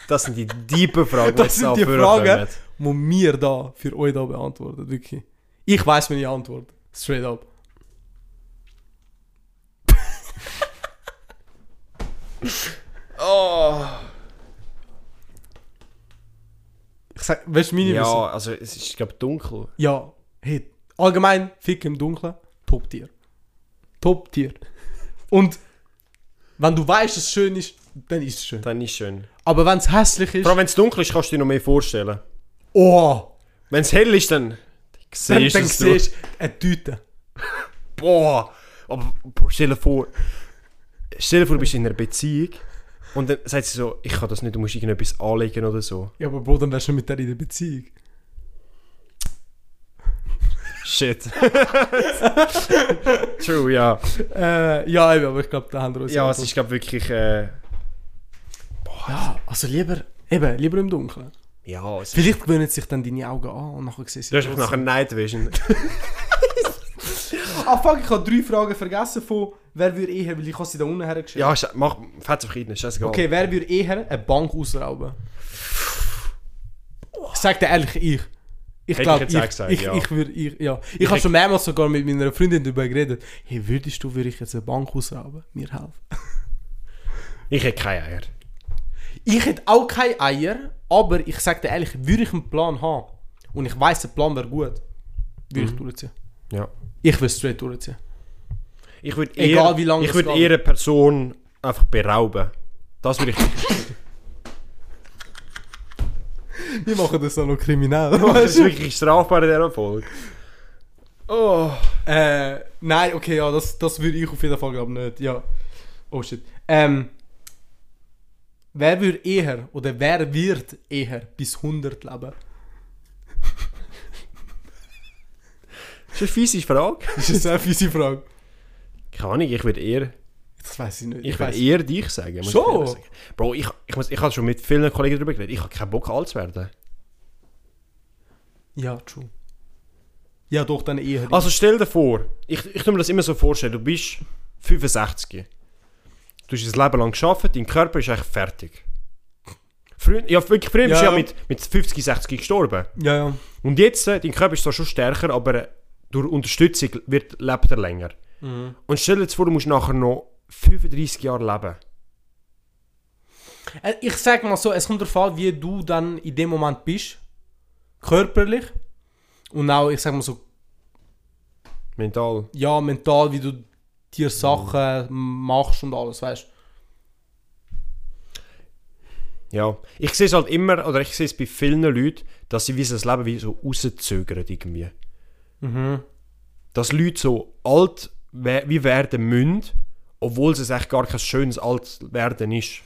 Das sind die tiefen Fragen, <laughs> Das sind da die vorkommen. Fragen, die wir da für euch da beantworten. Wirklich. Ich weiß meine Antwort. Straight up. Oh. Ich sag, weißt du meine wissen? Ja, also es ist, glaube dunkel. Ja. Hey, allgemein, Fick im Dunkeln, Top-Tier. Top-Tier. Und wenn du weißt, dass es schön ist, dann ist es schön. Dann ist schön. Aber wenn es hässlich ist. Vor allem, wenn es dunkel ist, kannst du dir noch mehr vorstellen. Oh! Wenn es hell ist, dann... Dann, Siehst dann es du. siehst du eine Tüte. Boah. Aber boah, stell dir vor... Stell dir vor, du bist in einer Beziehung und dann sagt sie so, ich kann das nicht, du musst irgendetwas anlegen oder so. Ja, aber Bro, dann wärst du mit der in der Beziehung. Shit. <laughs> True, ja. Äh, ja, eben, aber ich glaube, da haben wir uns. Ja, es ist, glaube wirklich... Äh, Ja, also lieber, eben, lieber im Dunkeln. ja, es Vielleicht gewöhnen sich dann deine Augen an und nachher siehst Du hast doch nachher Night Vision. Ah, fuck, ich habe drei Fragen vergessen von «Wer eh würde eher...» Weil ich habe sie da unten <laughs> hergeschrieben. ja, sche- mach, fetz auf Kinder, scheißegal. Okay, wer eh würde eher eine Bank ausrauben? Ich sag dir ehrlich, ich. Ich Hätte glaube, ich ich, jetzt auch ich, gesagt, ich, ja. würde, ich, ja. Ich Ich, habe hätte- schon mehrmals sogar mit meiner Freundin darüber geredet. Hey, würdest du, würde ich jetzt eine Bank ausrauben? Mir helfen. Ich hätte keine Eier. Ich hätte auch keine Eier, aber ich sag dir ehrlich, würde ich einen Plan haben und ich weiß, der Plan wäre gut, würde ich durchziehen. Ja. Ich würde straight durchziehen. Ich würde eher, Egal, wie lange ich es würde geht. eher eine Person einfach berauben. Das würde ich. <laughs> Wir machen das dann noch kriminell. Das <laughs> weißt ist du? wirklich strafbar in dieser Folge. oh. äh, nein, okay, ja, das, das würde ich auf jeden Fall glaube nicht. Ja. Oh shit. Ähm, wer würde eher oder wer wird eher bis 100 leben? Das ist eine fiese Frage. Das ist eine <laughs> sehr fiese Frage. Keine Ahnung, ich würde eher, Das weiß ich nicht. ich weiss- würde eher dich sagen. muss ich So? ehrlich sagen. Bro, ich, ich, muss, ich habe schon mit vielen Kollegen darüber geredet. Ich habe keinen Bock, alt zu werden. Ja, true. Ja, doch, dann eher. Also stell dir vor, ich, ich tu mir das immer so vorstellen, du bist 65. Du hast dein Leben lang geschafft, dein Körper ist eigentlich fertig. Früher, ja, wirklich, früher bist du Ja. ja mit, mit 50, 60 gestorben. ja, ja. Und jetzt, äh, dein Körper ist zwar schon stärker, aber äh, durch Unterstützung wird, lebt er länger. Und stell dir jetzt vor, du musst nachher noch 35 Jahre leben. Äh, Ich sag mal so, es kommt darauf an, wie du dann in dem Moment bist. Körperlich. Und auch, ich sag mal so, Mental. ja, mental, wie du dir Sachen machst und alles, weißt du? Ja. Ich sehe es halt immer, oder ich sehe es bei vielen Leuten, dass sie wie so das Leben wie so rauszögern irgendwie. Mhm. Dass Leute so alt we- wie werden müssen, obwohl es echt gar kein schönes Altwerden ist.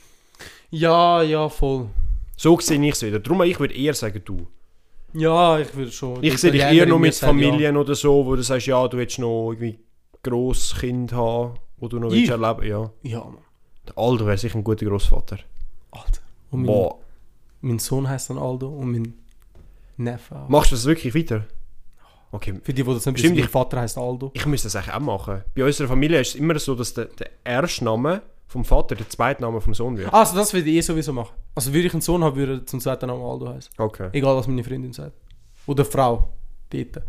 Ja, ja, voll. So sehe ich es wieder. Darum, ich würde eher sagen, du. Ja, ich würde schon. Ich sehe dich Ja, eher nur ich mit würde sagen, Familien oder so, wo du sagst, ja, du willst noch irgendwie Grosskind haben, wo du noch Ich? willst erleben Ja. Ja, ja Mann. Der Aldo wäre sicher ein guter Großvater. Alter. Und mein, Boah. mein Sohn heißt dann Aldo und mein Neffe. auch. Machst du das wirklich weiter? Okay, Für die, die das nicht Stimmt, wissen, mein ich- Vater heißt Aldo. ich müsste das eigentlich auch machen. Bei unserer Familie ist es immer so, dass der, der erste Name vom Vater der zweite Name vom Sohn wird. Also, das würde ich eh sowieso machen. Also, würde ich einen Sohn haben, würde er zum zweiten Namen Aldo heißen. Okay. Egal, was meine Freundin sagt. Oder Frau. Dort.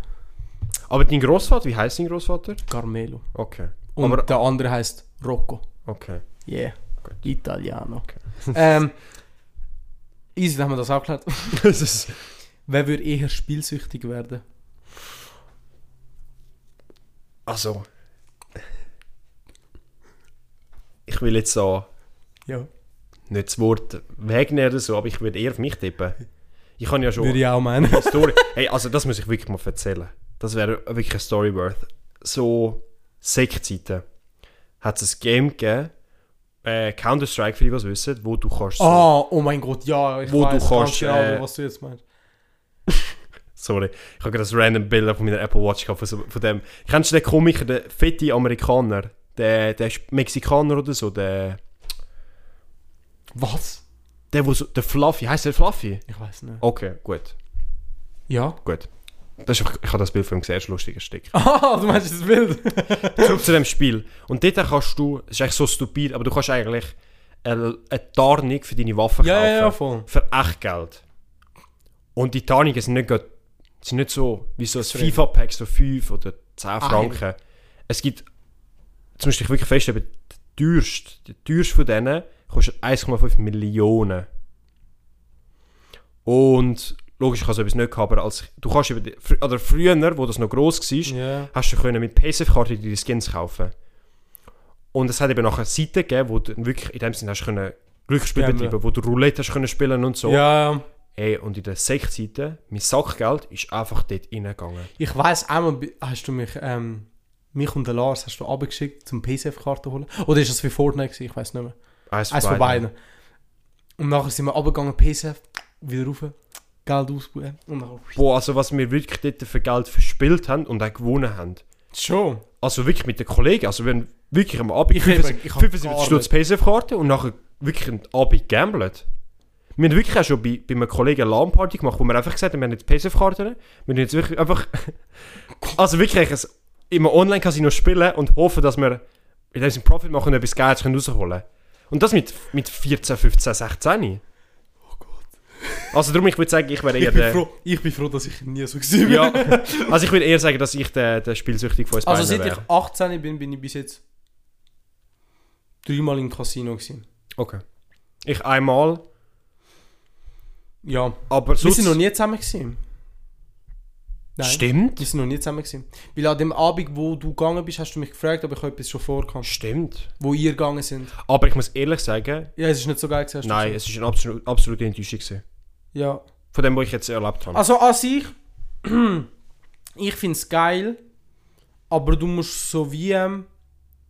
Aber dein Großvater, wie heißt dein Großvater? Carmelo. Okay. Und Aber- der andere heißt Rocco. Okay. <laughs> Yeah. Gut. Italiano. Okay. <laughs> <laughs> ähm, easy, dann haben wir das auch geklärt. das ist Wer würde eher spielsüchtig werden? also. Ich will jetzt sagen. Ja. nicht das Wort wegnehmen oder so, aber ich würde eher auf mich tippen. Ich kann ja schon Würde eine ich auch meinen. Story. Hey, also das muss ich wirklich mal erzählen. Das wäre wirklich eine Story worth. So Sektzeiten hat es ein Game gegeben, äh, Counter-Strike, für die, was wissen, wo du kannst. so- Ah, oh mein Gott, ja, ich Wo du weiß kannst, ganz genau, äh, was du jetzt meinst. Sorry, ich habe gerade das random Bild von meiner Apple Watch gehabt, von, so- von dem. Kennst du den Komiker, den fette Amerikaner? Der, der ist Mexikaner oder so, der, Was? der, wo so, der Fluffy, heißt der Fluffy? Ich weiß nicht. Okay, gut, Ja. gut. Das ist, ich habe das Bild von ihm gesehen, das ist ein lustiger Stick. <laughs> <laughs> Ah, du meinst das Bild? Zurück zu dem Spiel. Und dort kannst du, es ist eigentlich so stupid, aber du kannst eigentlich eine, eine Tarnung für deine Waffen ja, kaufen. ja, ja, voll. Für echt Geld. Und die Tarnungen sind nicht, gerade- sind nicht so wie so ein Extrem. Ah, FIFA-Pack, so 5 oder 10 ja. Franken. Es gibt, jetzt musst du dich wirklich feststellen, die teuerste, die teuerste von denen kostet 1,5 Millionen. Und logisch kannst du etwas nicht haben, aber als, du kannst über die, fr- oder früher, wo das noch gross war, Ja. hast du können mit PSF-Karte deine Skins kaufen. Und es hat eben nachher Seiten gegeben, wo du wirklich in dem Sinne hast können Glücksspiel Ja, betreiben, wo du Roulette hast können spielen und so. Ja, Ey, und in den sechs Seiten, mein Sackgeld ist einfach dort reingegangen. ich weiß einmal bi- hast du mich, ähm, mich und den Lars hast du abgeschickt zum PCF-Karte holen. Oder ist das für Fortnite gewesen? Ich weiß nicht mehr. Eins Eins von beiden. Und nachher sind wir abgegangen, PCF, wieder rauf, Geld ausgeben und nachher. Boah, also was wir wirklich dort für Geld verspielt haben und auch gewonnen haben. Schon. Also wirklich mit den Kollegen, also wir haben wirklich am Abend Ich eben, 75 ich hab 75 Stutz PSF-Karte und nachher wirklich am Abend gamblet. Wir haben wirklich auch schon bei, bei einem Kollegen eine LAN-Party gemacht, wo wir einfach gesagt haben, wir haben jetzt PSF-Karten, wir tun jetzt wirklich einfach... <laughs> also wirklich ein, im Online-Casino spielen und hoffen, dass wir in diesem Profit machen und etwas Geld können rausholen Und das mit, mit 14, 15, 16. Oh Gott. Also darum, ich würde sagen, ich wäre Ich eher bin, der... froh, ich bin froh, dass ich nie so gesehen bin. Ja, also ich würde eher sagen, dass ich der, der Spielsüchtige von uns Also beiden seit ich wäre. 18 bin, bin ich bis jetzt dreimal im Casino gewesen. Okay. Ich einmal, Ja. aber Wir sonst... sind noch nie zusammen gewesen. Nein. Stimmt. Wir sind noch nie zusammen gewesen. Weil an dem Abend, wo du gegangen bist, hast du mich gefragt, ob ich etwas schon vorkam. Stimmt. Wo ihr gegangen sind. Aber ich muss ehrlich sagen, Ja, es ist nicht so geil gewesen. hast du nein, gesagt. es ist eine absolute, absolute Enttäuschung gewesen. Ja. Von dem, was ich jetzt erlebt habe. Also an sich, <clears throat> ich finde es geil, aber du musst so wie ähm,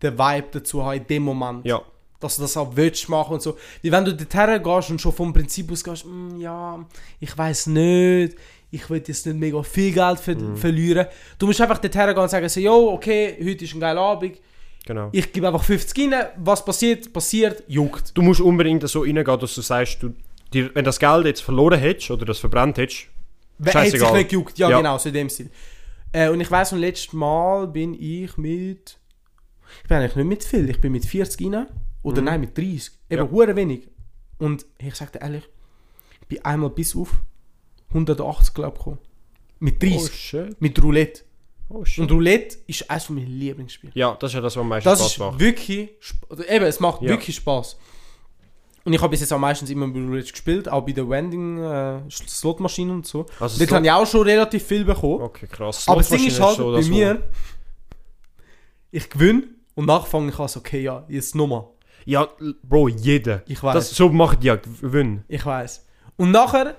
den Vibe dazu haben in dem Moment. ja. dass du das auch willst machen und so. Wie wenn du dorthin gehst und schon vom Prinzip aus gehst, «Mm, ja, ich weiß nicht, ich will jetzt nicht mega viel Geld ver verlieren. Du musst einfach dorthin gehen und sagen, so, «Jo, okay, heute ist ein geiler Abend, Genau. ich gebe einfach 50 rein, was passiert, passiert, juckt.» Du musst unbedingt so reingehen, dass du sagst, du, dir, wenn das Geld jetzt verloren hättest oder das verbrannt hättest, Wer hat sich Scheißegal. nicht gejuckt? Ja, Ja. genau, so in dem Sinn. Äh, und ich weiss, und letztes Mal bin ich mit... Ich bin eigentlich nicht mit viel, ich bin mit 40 rein. Oder nein, mit 30. Eben, Mhm. Ja. hure wenig. Und ich sag dir ehrlich, ich bin einmal bis auf 180, glaube ich, gekommen. Mit 30. oh shit, Mit Roulette. oh shit. Und Roulette ist eines meiner Lieblingsspiele. ja, das ist ja das, was am meisten Das Spaß ist macht. wirklich... Sp also eben, es macht Ja. wirklich Spaß. Und ich habe bis jetzt auch meistens immer mit Roulette gespielt, auch bei der Vending-Slotmaschinen und so. Also Dort Slot- habe ich auch schon relativ viel bekommen. Okay, krass. Aber das Ding ist Slotmaschine halt so, bei dass mir, ich gewinne und nachfange ich an, so, okay, ja, jetzt nochmal. du- Ja, l- Bro, jeder. Ich weiß. Das, so macht ja Gewinn. Ich weiß. Und nachher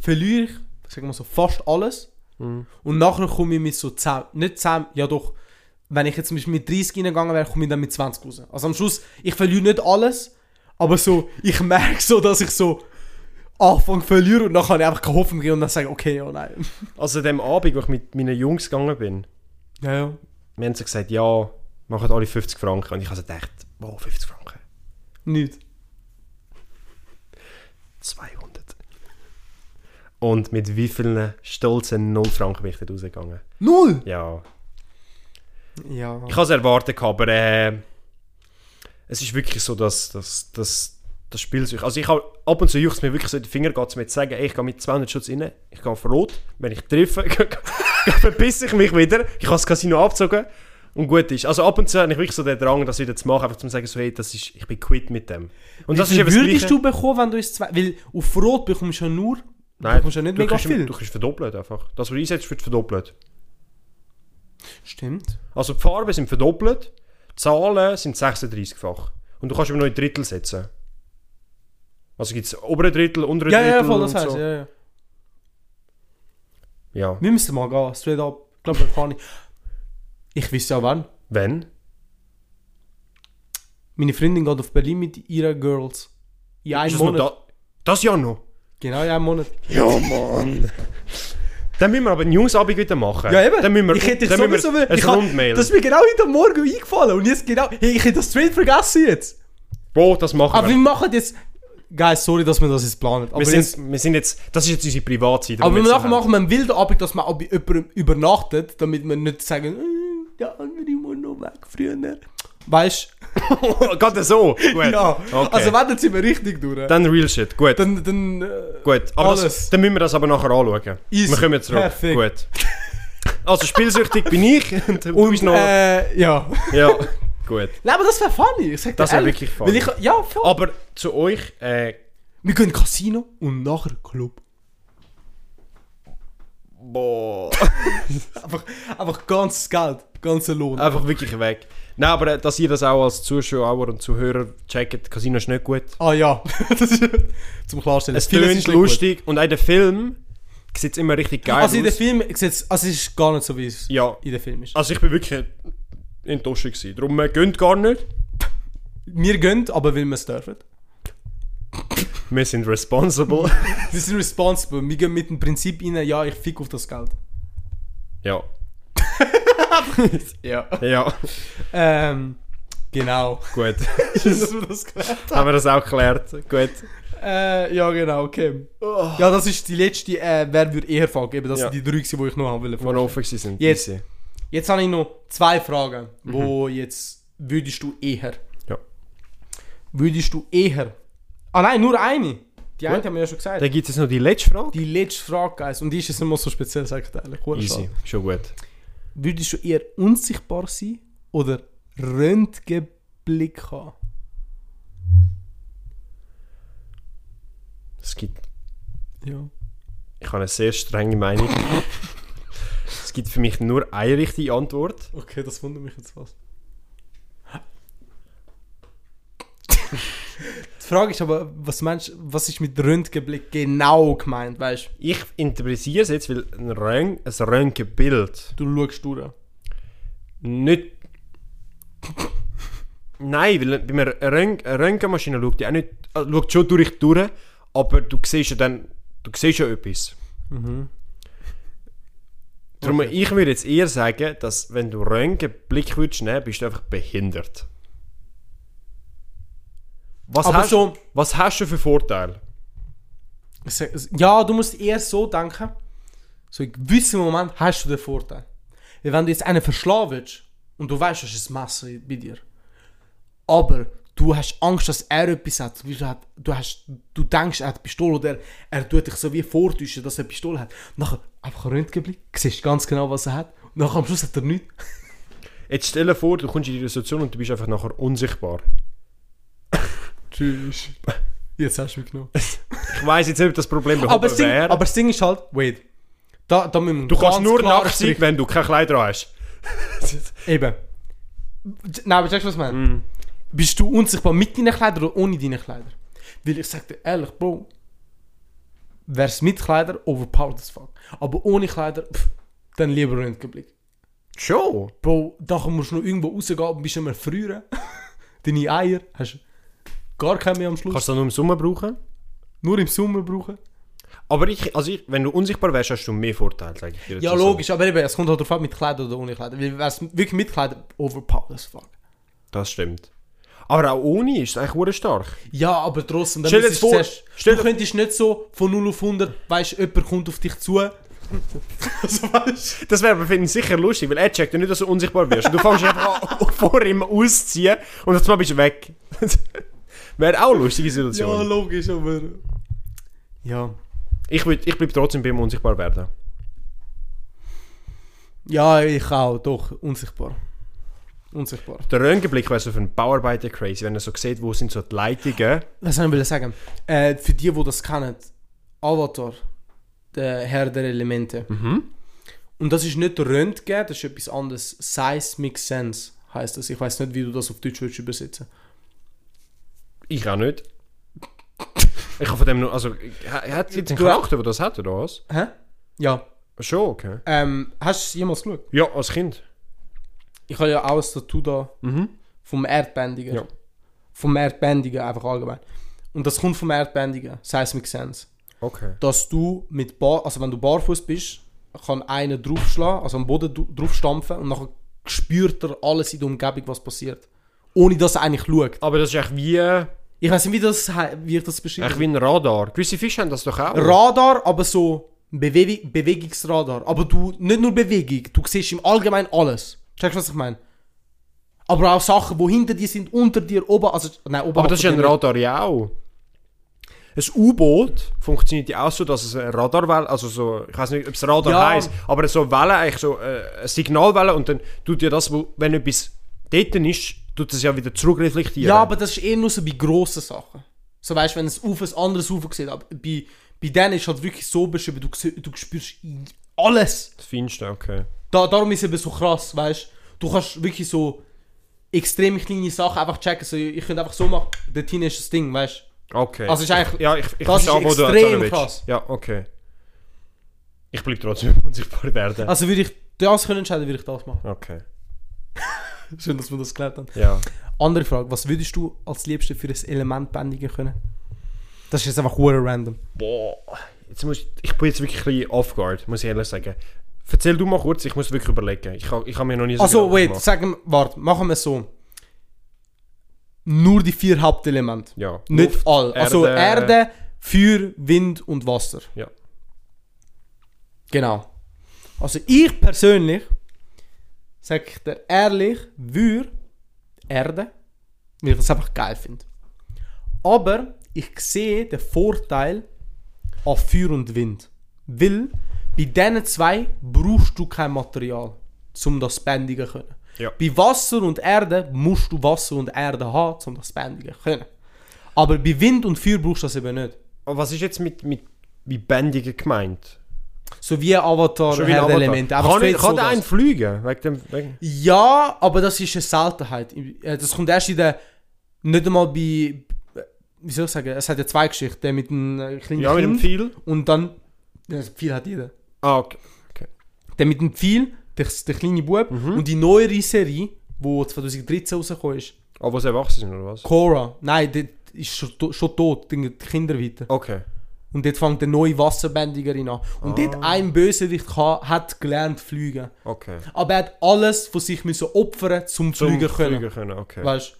verliere ich, sagen wir so, fast alles. Mhm. Und nachher komme ich mit so 10, nicht 10, ja doch, wenn ich jetzt zum Beispiel mit 30 reingegangen wäre, komme ich dann mit 20 raus. Also am Schluss, ich verliere nicht alles, aber so, ich merke so, dass ich so anfange zu verlieren und nachher habe ich einfach keine Hoffnung mehr und dann sage ich, okay, ja, nein. Also an dem Abend, wo ich mit meinen Jungs gegangen bin, Ja, ja. wir haben so gesagt, ja, machen alle 50 Franken. Und ich habe so gedacht, wow, 50 Franken, Nicht. 200. Und mit wie vielen stolzen 0 Franken bin ich dort rausgegangen? Null! Ja. Ja. Ich habe es erwartet, gehabt, aber äh, es ist wirklich so, dass, dass, dass das Spiel sich. Also ich habe ab und zu juckt es mir wirklich so in den Finger, geht's mir zu sagen, ey, ich gehe mit 200 Schutz rein, ich gehe auf Rot, wenn ich treffe, <laughs> verpisse ich mich wieder, ich habe das Casino abgezogen und gut ist. Also ab und zu habe ich wirklich so den Drang, das wieder zu machen, einfach zu sagen, so, hey, das ist, ich bin quit mit dem. Und das ist eben das würdest Gleiche. du bekommen, wenn du ins zwei, weil auf Rot bekommst du ja nur, Nein, bekommst du ja nicht du mega kannst, viel. Du kannst verdoppelt einfach. Das, was du einsetzt, wird verdoppelt. Stimmt. Also die Farben sind verdoppelt, die Zahlen sind 36-fach. Und du kannst immer noch in Drittel setzen. Also gibt es obere Drittel, untere Ja, Drittel ja, voll, das und heißt, so. ja, ja. Ja. Wir müssen mal gehen, straight up. Ich glaube, wir fahren nicht. Ich weiß ja wann. Wenn? Meine Freundin geht auf Berlin mit ihren Girls. In Ist einem das, noch Monat. da, das Jahr noch? Genau, in einem Monat. Ja, Mann. <laughs> Dann müssen wir aber einen Jungsabend wieder machen. Ja, eben. Dann müssen wir, um- ich hätte dich dann müssen sowieso... wir ein ich hab- Rundmail. Das ist mir genau heute Morgen eingefallen. Und jetzt genau... Hey, ich hätte das straight vergessen jetzt. Boah, das machen Aber wir. wir machen jetzt... Guys, sorry, dass wir das jetzt planen. Aber Wir jetzt, sind, wir sind jetzt, das ist jetzt unsere Privatzeit. aber die wir jetzt nachher noch machen wir einen wilden Abend, dass man auch bei jemandem übernachtet, damit wir nicht sagen, «Äh, der andere muss noch weg früher. Weißt haben. <laughs> Gerade <laughs> so. Gut. du? Ja. Okay. Also wenn, dann sind wir richtig durch. dann Real Shit. Gut. dann, dann äh, Gut. Aber alles. das, dann müssen wir das aber nachher anschauen. Easy. Wir kommen jetzt zurück. Perfekt. Gut. Also spielsüchtig bin ich <laughs> und du bist noch... äh, ja. <laughs> Ja, gut. Nein, aber das wäre funny. Ich sag dir Das wäre ehrlich. wirklich Weil funny. ich, ja, voll. Aber zu euch, äh, Wir gehen Casino und nachher Club. boah, Einfach, einfach ganzes Geld, ganzer Lohn. einfach wirklich weg. Nein, aber äh, dass ihr das auch als Zuschauer und Zuhörer checkt, Casino ist nicht gut. Ah ja, <laughs> das ist, zum Klarstellen. Es Vieles tönt ist nicht gut. lustig und auch der Film sieht immer richtig geil Also in dem aus. Film sieht's, also es ist gar nicht so, wie es Ja, in dem Film ist. also ich bin wirklich enttäuscht gewesen. Darum, äh, gönnt gar nicht. Wir gehen, aber weil wir es dürfen. Wir sind <laughs> responsible. Wir sind responsible. Wir gehen mit dem Prinzip rein, ja, ich fick auf das Geld. ja, Ja. ja, Ähm, <laughs> genau. gut. Dass wir das geklärt haben. Haben wir das auch geklärt? Gut. Äh, ja, genau, okay. Ja, das ist die letzte, äh, wer würde eher Frage geben. Das Oh. Ja. sind die drei, gewesen, die ich noch haben Wo wir wollte. offen gewesen sind. Jetzt. Easy. Jetzt habe ich noch zwei Fragen, wo jetzt würdest du eher. Mhm. Ja. Würdest du eher. Ah nein, nur eine. Die eine Gut. haben wir ja schon gesagt. Dann gibt es jetzt noch die letzte Frage. Die letzte Frage, Guys, und die ist jetzt nicht mal so speziell, sag ich dir ehrlich. Hure Easy, schade. schon gut. Würdest du eher unsichtbar sein oder Röntgenblick haben? Es gibt Ja. Ich habe eine sehr strenge <laughs> Meinung. es gibt für mich nur eine richtige Antwort. Okay, das wundert mich jetzt was. Die Frage ist aber, was meinst du, was ist mit Röntgenblick genau gemeint, weißt du? Ich interpretiere es jetzt, weil ein, Röng, ein Röntgenbild Du schaust durch. nicht. Nein, weil bei einer Röntgen, eine Röntgenmaschine schaut die auch nicht. Äh, schaut schon durch, durch, aber du siehst ja dann. Du siehst ja etwas. Darum, ich würde jetzt eher sagen, dass wenn du Röntgenblick würdest nehmen, bist du einfach behindert. Was, Aber hast, so- was hast du für Vorteile? Ich sag- Ja, du musst eher so denken, so in gewissem Moment hast du den Vorteil. Weil wenn du jetzt einen verschlagen willst und du weißt, es ist ein Messer bei dir, aber du hast Angst, dass er etwas hat, Wie du, hat- du, hast, du denkst, er hat eine Pistole oder er tut dich so wie vortäuschen, dass er eine Pistole hat. Nachher einfach Röntgenblick, siehst ganz genau, was er hat und nachher am Schluss hat er nichts. Jetzt stell dir vor, du kommst in die Situation und du bist einfach nachher unsichtbar. Tschüss. Jetzt hast du mich genommen. Ich weiss jetzt nicht, ob das Problem aber, das behoben Ding, wäre. aber das Ding ist halt, wait, da, da müssen wir Du kannst ganz nur klar nackt sein, Strich- wenn du keine Kleider hast. Eben. Nein, aber checkst du, was ich meine? Mhm. Bist du unsichtbar mit deinen Kleidern oder ohne deine Kleider? Weil ich sag dir ehrlich, Bro, wär's mit Kleider overpowered as fuck. Aber ohne Kleider, pff, dann lieber Röntgenblick. Schon? Bro, da musst du noch irgendwo rausgehen und bist immer früher. <laughs> deine Eier hast gar keine mehr am Schluss. Kannst du das nur im Sommer brauchen? nur im Sommer brauchen. Aber ich, also ich, wenn du unsichtbar wärst, hast du mehr Vorteile, sag ich dir. jetzt Ja, so. logisch, aber eben, es kommt halt drauf an, mit Kleidern oder ohne Kleider. Weil wär's wirklich mit Kleider, overpowered as fuck. Das stimmt. Aber auch ohne ist es eigentlich verdammt stark. <laughs> Ja, aber trotzdem, dann Stell dir müsstest vor- du zuerst- stell du dir- könntest nicht so von 0 auf 100, weißt jemand kommt auf dich zu. also weißt Das wäre aber für ihn sicher lustig, weil er checkt ja nicht, dass du unsichtbar wirst. Und du fängst einfach an, <laughs> vor ihm auszuziehen und jetzt bist du weg. <laughs> wäre auch eine lustige Ja, Situation. logisch, aber. Ja. ich, würd, ich bleib trotzdem beim Unsichtbar werden. Ja, ich auch, doch, unsichtbar. Unsichtbar. Der Röntgenblick wäre so für einen Bauarbeiter crazy, wenn er so sieht, wo sind so die Leitungen. Was soll ich will sagen? Äh, für die, die das kennen, Avatar, der Herr der Elemente. Und das ist nicht Röntgen, das ist etwas anderes. Seismic Sense heißt das. Ich weiß nicht, wie du das auf Deutsch würdest übersetzen Ich auch nicht. Ich habe von dem nur, also, ich- er hat jetzt einen Du- Charakter, der das hat, oder was? Hä? Ja. Schon, okay. Ähm, hast du es jemals geschaut? Ja, als Kind. Ich habe ja auch ein Tattoo da vom Erdbändiger. Ja. vom Erdbändigen, einfach allgemein. Und das kommt vom Erdbändigen, Seismic Sense. Okay. Dass du mit Bar, also wenn du barfuß bist, kann einer draufschlagen, also am Boden dru- draufstampfen und nachher spürt er alles in der Umgebung, was passiert. Ohne dass er eigentlich schaut. Aber das ist echt wie, echt Ich weiß nicht, wie, das, hei- wie ich das beschreibe. wie ein Radar. Gewisse Fische haben das doch auch. Radar, aber so Bewe Bewegungsradar. Aber du, nicht nur Bewegung, du siehst im Allgemeinen alles. Checkst du, was ich meine? Aber auch Sachen, die hinter dir sind, unter dir, oben, also, nein, oben. Aber das ist ja ein Radar ja auch. Ein U-Boot funktioniert ja auch so, dass es eine Radarwelle, also so, ich weiß nicht, ob es Radar Ja. heisst, aber so Wellen, eigentlich so äh, eine Signalwelle und dann tut ja das, wo, wenn etwas dort ist, tut es ja wieder zurückreflektieren. Ja, aber das ist eher nur so bei grossen Sachen. So weißt du, wenn es auf ein anderes Ufer sieht, aber bei, bei denen ist halt wirklich so beschrieben, du, gse- du spürst alles. Das findest du, okay. Da, darum ist es eben so krass, weißt du? Du kannst wirklich so extrem kleine Sachen einfach checken. So, ich könnte einfach so machen, dort hinten ist das Ding, weißt du? Okay. Also ist eigentlich- ja, ich, ich das ist verstehe, wo du extrem hin willst. krass. Ja, okay. Ich bleibe trotzdem <laughs> unsichtbar werden. Also würde ich das können entscheiden, würde ich das machen. Okay. Schön, dass wir das geklärt haben. Ja. Andere Frage, was würdest du als Liebste für ein Element bändigen können? Das ist jetzt einfach hure random. Boah. Jetzt muss ich, ich bin jetzt wirklich ein bisschen off guard, muss ich ehrlich sagen. Erzähl du mal kurz, ich muss wirklich überlegen. Ich habe ich hab mir noch nie so Also, Gedanken wait, gemacht. sagen wir, warte, machen wir so. Nur die vier Hauptelemente. Ja. Nicht Luft, all. Also Erde. Erde, Feuer, Wind und Wasser. Ja. Genau. Also ich persönlich, sag ich dir ehrlich, würde Erde, weil ich das einfach geil finde. Aber ich sehe den Vorteil an Feuer und Wind. Weil bei diesen zwei brauchst du kein Material, um das bändigen zu können. Ja. Bei Wasser und Erde musst du Wasser und Erde haben, um das bändigen zu können. Aber bei Wind und Feuer brauchst du das eben nicht. Aber was ist jetzt mit, mit, mit Bändigen gemeint? So wie Avatar, ein Avatar. Herdelemente. einfach Kann, ich, straight so kann der das. einen fliegen? Wegen dem, wegen, Ja, aber das ist eine Seltenheit. Äh, Das kommt erst in der. Nicht einmal bei. äh, Wie soll ich sagen? Es hat ja zwei Geschichten. Der mit einem äh, kleinen ja, mit dem Kind Pfeil? und dann. Ja, viel hat jeder. Ah, okay. Der mit dem Pfeil, der, der kleine Bub Mhm. und die neuere Serie, die 2013 rausgekommen ist. Aber Oh, was erwachsen sind, oder was? Cora. Nein, der ist schon, to- schon tot. Die Kinder weiter. Okay. Und dort fängt der neue Wasserbändigerin an. Und dort Ah. ein Bösewicht ka- hat gelernt fliegen. Okay. Aber er hat alles von sich müssen opfern, zum, Zum fliegen können. Fliegen können, okay. Weißt du?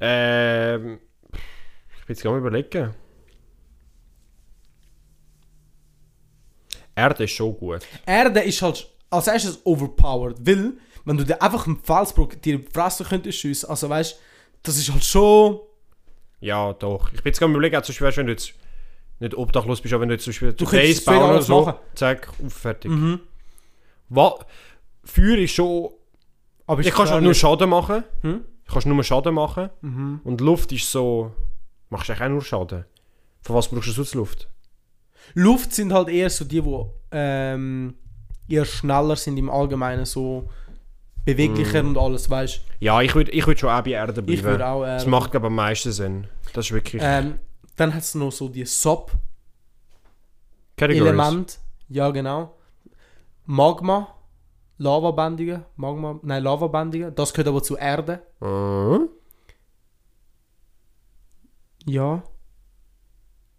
Ähm, ich bin jetzt gerade am überlegen. Erde ist schon gut. Erde ist halt als erstes overpowered, weil wenn du dir einfach einen Felsbrock dir in die Fresse könntest schiessen, also weißt das ist halt schon... Ja, doch. Ich bin jetzt gerade am überlegen, auch zum Beispiel, wenn du jetzt nicht obdachlos bist, aber wenn du jetzt zum Beispiel Du zu Base könntest das Feuer bauen oder alles so, machen. Mhm. zack, auf, fertig. Wa Feuer ist schon... Aber Ich kannst halt nur Schaden machen. Hm? Du kannst nur Schaden machen. Mhm. Und Luft ist so... Machst eigentlich auch nur Schaden. Von was brauchst du sonst Luft? Luft sind halt eher so die, die ähm, eher schneller sind im Allgemeinen, so beweglicher Mm. und alles, weißt Ja, ich würde ich würd schon auch bei Erde bleiben. Ich würde auch... Das Ähm, macht, glaube ich, am meisten Sinn. Das ist wirklich... ähm, dann hat es noch so die Sub-Element. Categories. Ja, genau. Magma. Lavabändige. Magma... Nein, Lavabändige. Das gehört aber zu Erde. Mhm. Ja.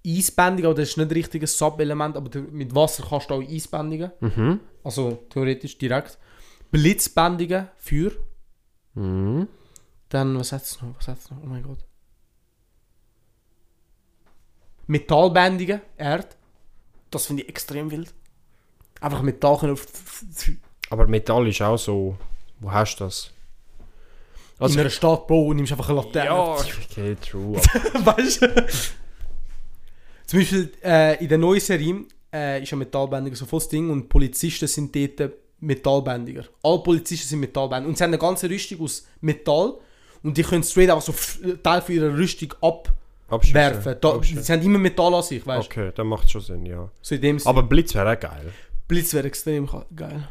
Eisbändigen, aber das ist nicht richtig ein Sub-Element, aber du- mit Wasser kannst du auch Eisbändigen. Mhm. Also theoretisch direkt. Blitzbändigen, Feuer. Mhm. Dann, was hat es noch? Was hat's noch? Oh mein Gott. Metallbändigen, Erd. Das finde ich extrem wild. Einfach Metall können auf Aber Metall ist auch so... Wo hast du das? in einer Stadt bauen und nimmst einfach eine Laterne. Also Ja, okay, <laughs> true. weißt du? Zum Beispiel äh, in der neuen Serie äh, ist ja Metallbändiger so voll das Ding und Polizisten sind dort Metallbändiger. Alle Polizisten sind Metallbändiger und sie haben eine ganze Rüstung aus Metall und die können straight einfach so f- äh, Teil von ihrer Rüstung abwerfen. Da, sie haben immer Metall an sich, weißt du? Oh, Okay, dann macht schon Sinn, ja. So in dem Sinne. Aber Blitz wäre auch geil. Blitz wäre extrem ka- geil.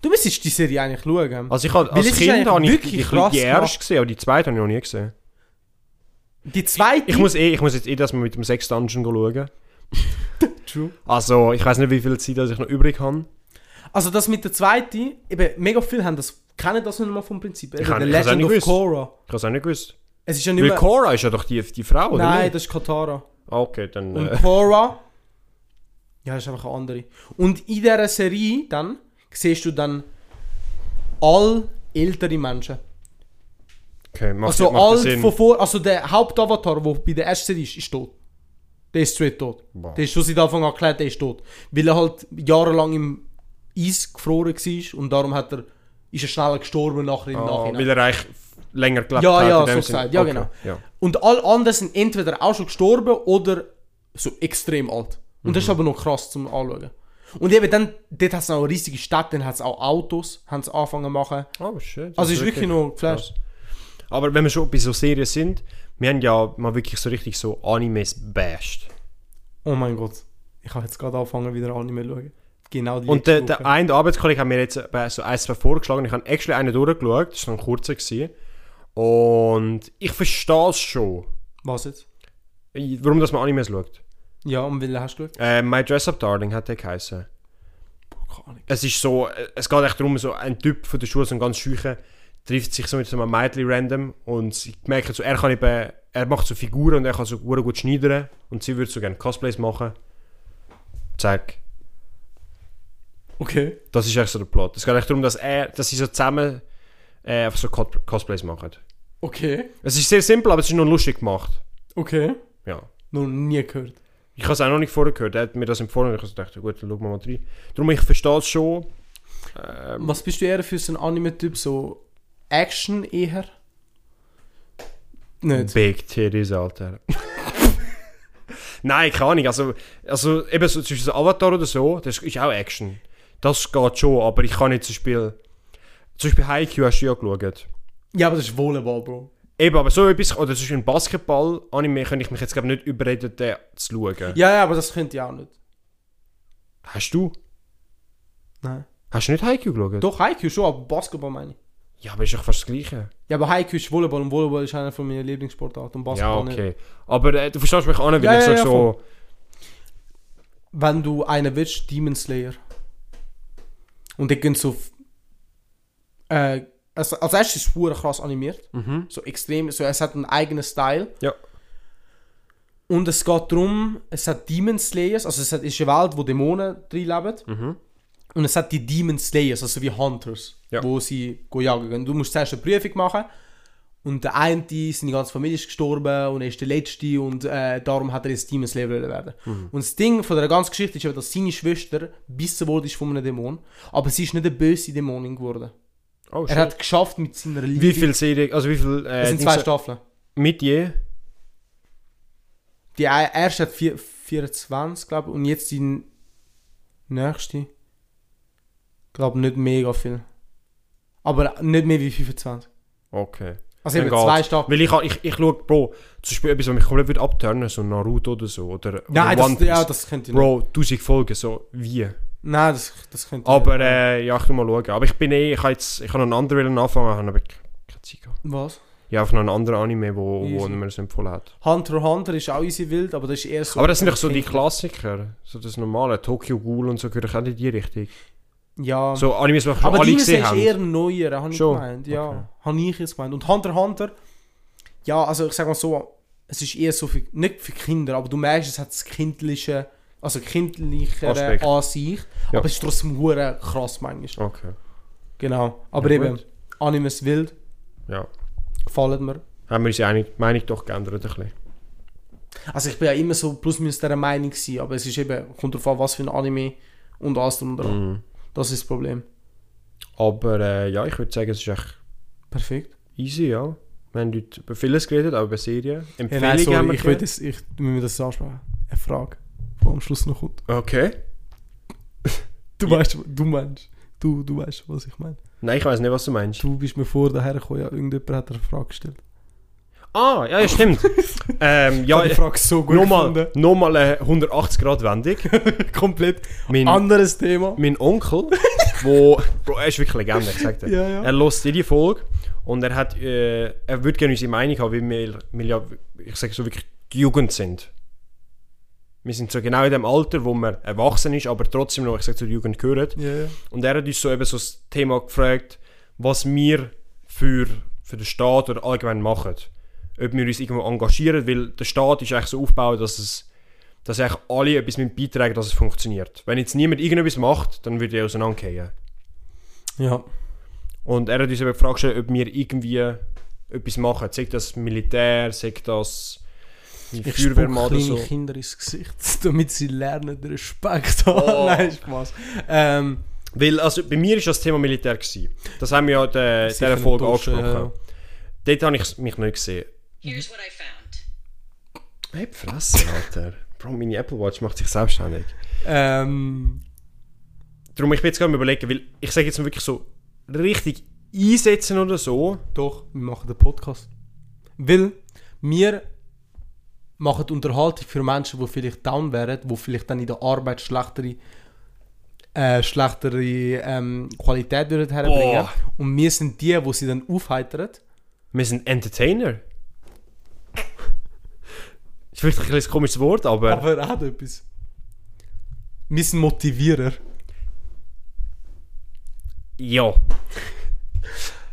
Du müsstest die Serie eigentlich schauen. Also ich hab, Weil als es ist Kind eigentlich habe ich wirklich die, die, krass die gemacht. erste gesehen, aber die zweite habe ich noch nie gesehen. die zweite. Ich muss, eh, ich muss jetzt eh das mal mit dem Sex Dungeon schauen. True. Also ich weiß nicht, wie viel Zeit dass ich noch übrig habe. Also das mit der zweiten, eben mega viele haben das kennen das nicht mal vom Prinzip. Ich Eben, hab- The ich hab's auch Legend nicht of gewusst. Korra. Ich habe es auch nicht gewusst. Es ist ja nicht Weil mehr... Cora ist ja doch die, die Frau, oder Nein, nicht? das ist Katara. Ah, okay, dann... Und Äh, Korra. Ja, das ist einfach eine andere. Und in dieser Serie dann siehst du dann all ältere Menschen. okay, macht, Also macht all Sinn. von vor, also der Hauptavatar, der bei der ersten Serie ist, ist tot. Der ist straight tot. Boah. Der ist schon seit Anfang an geklärt, der ist tot. Weil er halt jahrelang im Eis gefroren war und darum hat er, ist er schneller gestorben nachher im Ah, weil Nachhinein. er eigentlich länger gelebt Ja, hat. ja, in dem so Sinn. gesagt, ja, genau. Ja. Und alle anderen sind entweder auch schon gestorben oder so extrem alt. Und das ist aber noch krass zum Anschauen. Und eben dann, dort hat es auch eine riesige Stadt, dann hat es auch Autos, haben sie angefangen zu machen. Oh, shit. das Also ist wirklich noch geflasht. Aber wenn wir schon bei so Serien sind, wir haben ja mal wirklich so richtig so Animes bashed. Oh mein Gott, ich habe jetzt gerade angefangen, wieder Anime zu schauen. Genau die Und äh, der, letzte der Woche. eine Arbeitskollege hat mir jetzt bei so ein, zwei vorgeschlagen. Ich habe actually einen durchgeschaut, das war noch ein kurzer. Gewesen. Und ich verstehe es schon, Was jetzt? warum dass man Animes schaut. Ja, und welchen hast du geschaut? Äh, My Dress Up Darling hat der geheißen. Keine Ahnung. es ist so, äh, es geht echt darum, so ein Typ von der Schule, so ein ganz schüche, trifft sich so mit so einem Mädchen random und sie merken so, er kann eben, er macht so Figuren und er kann so hure gut schneidern und sie würde so gerne Cosplays machen. Zack. Okay. Das ist echt so der Plot. Es geht echt darum, dass er, dass sie so zusammen äh, einfach so Cos- Cosplays machen. Okay. Es ist sehr simpel, aber es ist noch lustig gemacht. Okay. Ja. Noch nie gehört. Ich habe es auch noch nicht vorher gehört. Er hat mir das empfohlen und ich hab gedacht, gut, dann schauen wir mal rein. Darum, ich verstehe es schon. Ähm, Was bist du eher für so einen Anime-Typ? So Action eher? Nicht. Big Titties, Alter. Nein, keine Ahnung. Also, also eben so zwischen Avatar oder so, das ist auch Action. Das geht schon, aber ich kann nicht zum Beispiel... Zum Beispiel Haikyuu hast du ja geschaut. Ja, aber das ist Volleyball, Bro. Eben, aber so etwas, oder zum Beispiel ein Basketball-Anime, könnte ich mich jetzt glaube nicht überreden, den zu schauen. Ja, ja, aber das könnt ihr auch nicht. Hast du? Nein. Hast du nicht Haikyuu geschaut? Doch, Haiku schon, aber Basketball meine ich. Ja, aber ist doch fast das Gleiche. Ja, aber Haiku ist Volleyball und Volleyball ist einer von meinen Lieblingssportarten und ja, Basketball nicht. okay. Aber äh, du verstehst mich auch nicht, weil Ja, ich ja, sag ja, so... Wenn du einen willst, Demon Slayer. Und die gehen so... f- Äh, also, als erstes ist es verdammt krass animiert. Mhm. So extrem, so es hat einen eigenen Style. Ja. Und es geht darum, es hat Demon Slayers, also es hat, ist eine Welt, wo Dämonen drin leben. Mhm. Und es hat die Demon Slayers, also wie Hunters, Ja. wo sie go jagen gehen. Du musst zuerst eine Prüfung machen. Und der eine, seine ganze Familie ist gestorben und er ist der Letzte und äh, darum hat er jetzt Demon Slayer wollen werden. Mhm. Und das Ding von der ganzen Geschichte ist, aber, dass seine Schwester bissen wurde ist von einem Dämon, aber sie ist nicht eine böse Dämonin geworden. Oh, Er shit. hat geschafft mit seiner Liebe. Wie viel Serie... Also wie viel... Äh, Es sind Dings- zwei Staffeln. Mit je? Die ei- erste hat vier, 24, glaube ich, und jetzt die n- nächste. glaube nicht mega viel. Aber nicht mehr wie 25. Okay. Also eben Dann zwei geht's. Staffeln. Weil ich, ha- ich, ich schaue, Bro, zum Beispiel etwas, was mich komplett würde abturnen, so Naruto oder so, oder, Nein, oder das, ja, das könnte ich nicht. Bro, 1000 Folgen, so wie. Nein, das, das könnte ich Aber nicht. äh, ja, ich muss mal schauen. Aber ich bin eh, ich habe jetzt, ich habe noch einen anderen Willen anfangen, ich habe aber ke- keine Zeit gehabt. Was? Ja, einfach noch einen anderen Anime, wo, wo Easy. nicht mehr so empfohlen hat. Hunter x Hunter ist auch easy wild, aber das ist eher so... Aber das sind doch so die Klassiker, so das normale, Tokyo Ghoul und so gehört auch in die Richtung. Ja. So Animes, Ah, die ich aber alle Demon Slayer gesehen ist haben. eher neuer, habe ich Schon? gemeint. Ja, Okay. habe ich jetzt gemeint. Und Hunter x Hunter, ja, also ich sage mal so, es ist eher so für, nicht für Kinder, aber du merkst, es hat das kindliche, also kindlichere Aspekt. an sich, Ja. aber es ist trotzdem hure krass manchmal. Okay. Genau. Aber Ja, eben, gut. Animes wild, Ja. gefallen mir. Haben wir unsere Einig- Meinung doch geändert ein bisschen. Also ich bin ja immer so plus minus dieser Meinung gewesen, aber es ist eben, kommt darauf an, was für ein Anime und alles drum und dran. Mhm. Das ist das Problem. Aber äh, ja, ich würde sagen, es ist echt Perfekt. Easy, ja. Wir haben heute über vieles geredet, auch über Serien. Ja, Empfehlungen haben nein, sorry, wir ich will gegeben. das, ich will mir das ansprechen. Eine Frage, die am Schluss noch kommt. Okay. <laughs> Du weißt, du meinst, du, du weißt, was ich meine. Nein, ich weiß nicht, was du meinst. Du bist mir vor daher gekommen, ja, irgendjemand hat dir eine Frage gestellt. Ah, ja, ja stimmt. <laughs> ähm, Ich ja, eh, habe die Frage so gut nochmal nochmal eine <laughs> 180-Grad-Wendung. gefunden. Komplett Mein, anderes Thema. mein <laughs> Onkel, wo... Bro, er ist wirklich Legende, ich sag dir. Ja, ja. Er lost jede Folge und er hat... Äh, er würde gerne unsere Meinung haben, weil wir, wir ja, ich sag so wirklich, die Jugend sind. Wir sind so genau in dem Alter, wo man erwachsen ist, aber trotzdem noch, ich sag zur Jugend gehört. Ja, ja. Und er hat uns so eben so das Thema gefragt, was wir für, für den Staat oder allgemein machen. Ob wir uns irgendwo engagieren, weil der Staat ist eigentlich so aufgebaut, dass es dass eigentlich alle etwas mit beitragen, dass es funktioniert. Wenn jetzt niemand irgendetwas macht, dann würde er auseinandergehen. Ja. Und er hat uns eben gefragt, ob wir irgendwie etwas machen. Sei das Militär, sei das die Ich Feuerwehr spuck mal oder kleine so. Kinder ins <laughs> Gesicht, damit sie lernen, den Respekt haben. <laughs> Oh. Nein, Spaß. Ähm, Weil also, bei mir war das Thema Militär. Gewesen. Das haben wir ja in dieser sicher Folge nicht duschen, angesprochen. Dort habe ich mich nicht gesehen. Here's what I found. Hey, Fresse, Alter. Bro, meine Apple Watch macht sich selbstständig. ja. Ähm, Darum, ich bin jetzt gerade am überlegen, weil ich sage jetzt mal wirklich so richtig einsetzen oder so. Doch, wir machen den Podcast. Weil wir machen Unterhaltung für Menschen, die vielleicht down wären, die vielleicht dann in der Arbeit schlechtere, äh, schlechtere ähm, Qualität würden herbringen Boah. Und wir sind die, die sie dann aufheitern. Wir sind Entertainer. <laughs> ist vielleicht ein bisschen ein komisches Wort, aber... Aber auch etwas. Wir sind Motivierer. Ja. Oh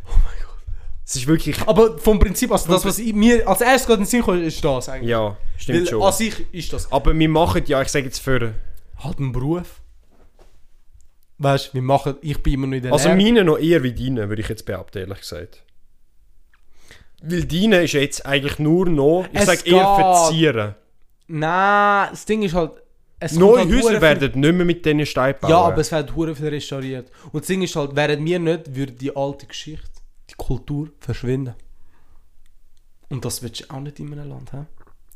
mein Gott. Es ist wirklich. Aber vom Prinzip, also das, was ich, mir als erstes gerade in den Sinn kommt, ist das eigentlich. Ja, stimmt Weil also- schon. an sich ist das Aber wir machen ja, ich sage jetzt für. halt ein Beruf. Weißt du, wir machen, ich bin immer noch in der Also Lehre. meine noch eher wie deine, würde ich jetzt behaupten, ehrlich gesagt. Weil deine ist jetzt eigentlich nur noch, ich Es sage eher geht. verzieren. Nein, das Ding ist halt. Es kommt Neue halt hure Häuser viel- werden nicht mehr mit diesen Steinen bauen. Ja, aber es wird hure viel restauriert. Und das Ding ist halt, wären wir nicht, würde die alte Geschichte, die Kultur verschwinden. Und das willst du auch nicht in einem Land, hä?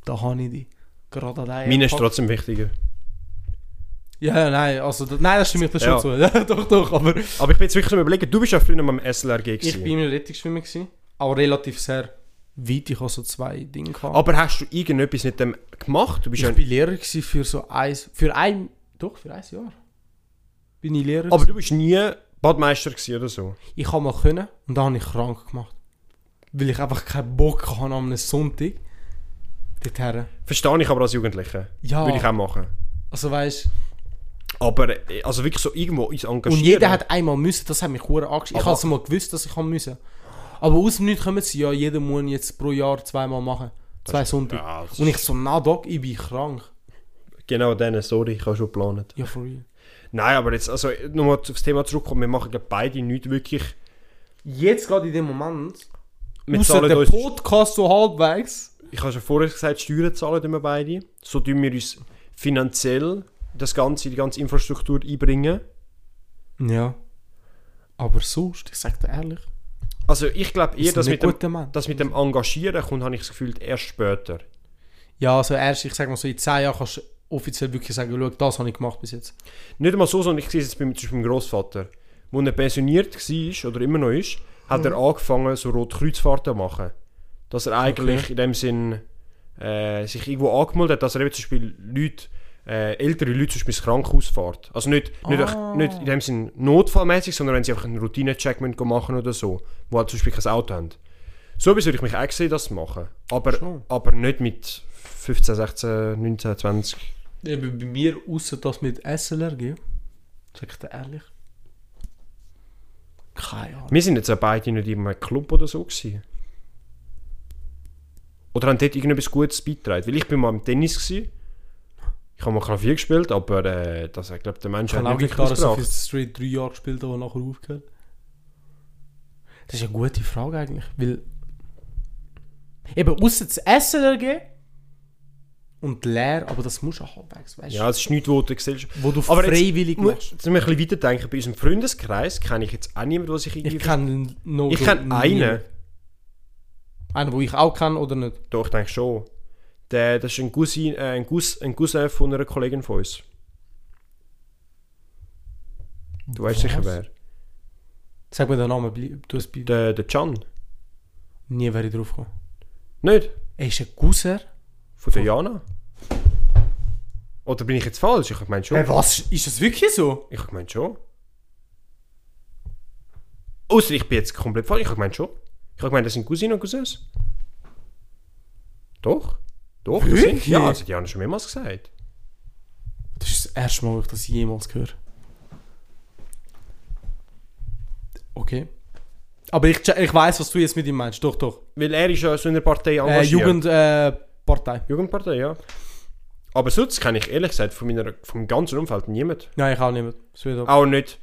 Da habe ich die. Gerade allein. meine ist trotzdem wichtiger. Ja, ja, nein, also, da- nein, das stimme ich dir schon Ja. zu. <laughs> Ja, doch, doch, aber Aber ich bin jetzt wirklich am überlegen, du bist ja früher mal im SLRG ich gewesen. bin im Rettungsschwimmen gewesen, auch relativ sehr weit. Ich habe so zwei Dinge gehabt. Aber hast du irgendetwas mit dem gemacht? Du bist ich ja war Lehrer gewesen für so eins, für ein, doch, für ein Jahr. Bin ich Lehrer aber du bist nie Badmeister gewesen oder so. ich habe mal können und dann habe ich krank gemacht. Weil ich einfach keinen Bock hatte am Sonntag. Dorthin. Verstehe ich aber als Jugendlicher. Ja. Würde ich auch machen. Also weißt Aber äh, also wirklich so irgendwo uns engagieren. und jeder hat einmal müssen, das hat mich hure angeschaut. Ich Aber- habe es mal gewusst, dass ich haben müssen. Aber aus dem Nichts kommen sie, ja, jeder muss jetzt pro Jahr zweimal machen. Zwei Sonntage. ja, das und ich so, na Doc, ich bin krank. Genau, dann, sorry, ich habe schon geplant. Ja, for real. Nein, aber jetzt, also nochmal aufs Thema zurückkommen, wir machen glaub, beide nicht wirklich. Jetzt gerade in dem Moment, Wir außer zahlen der uns, Podcast so halbwegs, ich habe schon vorher gesagt, Steuern zahlen immer beide. So tun wir uns finanziell das ganze, die ganze Infrastruktur einbringen. ja. Aber sonst, ich sag dir ehrlich, Also ich glaube eher, ist dass ein mit, dem, guter Mann. dass mit dem Engagieren kommt, habe ich das Gefühl, erst später. Ja, also erst, ich sag mal so, in 10 Jahren kannst du offiziell wirklich sagen, schau, das habe ich gemacht bis jetzt. Nicht einmal so, sondern ich sehe es jetzt beim, zum Beispiel beim Grossvater. Als er pensioniert war oder immer noch ist, hat Mhm. er angefangen, so Rotkreuzfahrten zu machen. Dass er eigentlich in dem Sinn äh, sich irgendwo angemeldet hat, dass er eben zum Beispiel Leute, äh, ältere Leute zum Beispiel ins Krankenhaus fährt. Also nicht, nicht, Ah. nicht in dem Sinn notfallmäßig, sondern wenn sie einfach einen Routinecheck müssen gehen machen oder so, wo halt zum Beispiel kein Auto haben. So würde ich mich auch sehen, das zu machen. Aber, Schon. aber nicht mit 15, 16, 19, 20. Eben bei mir, außer das mit SLRG, sag ich dir ehrlich, keine Ahnung. Wir sind jetzt auch beide nicht in einem Club oder so gewesen. Oder haben dort irgendetwas Gutes beitragen? Weil ich bin mal im Tennis gsi. Ich habe mal Klavier gespielt, aber äh, das hat, glaube der Mensch Ich habe hat auch nicht wirklich Gitarre was so für gebracht. Street 3 Jahre gespielt und nachher aufgehört. Das ist eine gute Frage eigentlich, weil... Eben, außer das SLRG und die Lehre, aber das musst du auch halbwegs, weißt du? Ja, es ist nichts, wo der Gesellschaft... Wo du Aber jetzt freiwillig mu- machst. Jetzt müssen wir ein bisschen weiterdenken. Bei unserem Freundeskreis kenne ich jetzt auch niemanden, der sich irgendwie... Ich kenne no ich kenne einen. Einen, den ich auch kenne oder nicht? Doch, ich denke schon. Der, das ist ein Cousin, äh, ein, Cousin, ein Cousin von einer Kollegin von uns. Du weißt sicher Was? wer. Sag mir den Namen, blie- du hast bei... Der, der Can. Nie wäre ich drauf gekommen. Nicht? Er ist ein Cousin? Von der Jana? Oder bin ich jetzt falsch? Ich meine schon. was? Ist das wirklich so? Ich meine schon. Außer ich bin jetzt komplett falsch. Ich meine schon. Ich meine, das sind Cousinen und Cousins. Doch. Doch, das sind. Wirklich? Ja, das hat Jana schon mehrmals gesagt. Das ist das erste Mal, dass ich das jemals höre. Okay. Aber ich, ich weiß, was du jetzt mit ihm meinst. Doch, doch. Weil er ist ja so in der Partei Äh, engagiert. Jugendpartei. Äh, Partei. Jugendpartei, ja. Aber sonst kenne ich ehrlich gesagt von meiner, vom ganzen Umfeld niemand. Nein, ich auch nicht mehr. Das wird auch- Auch nicht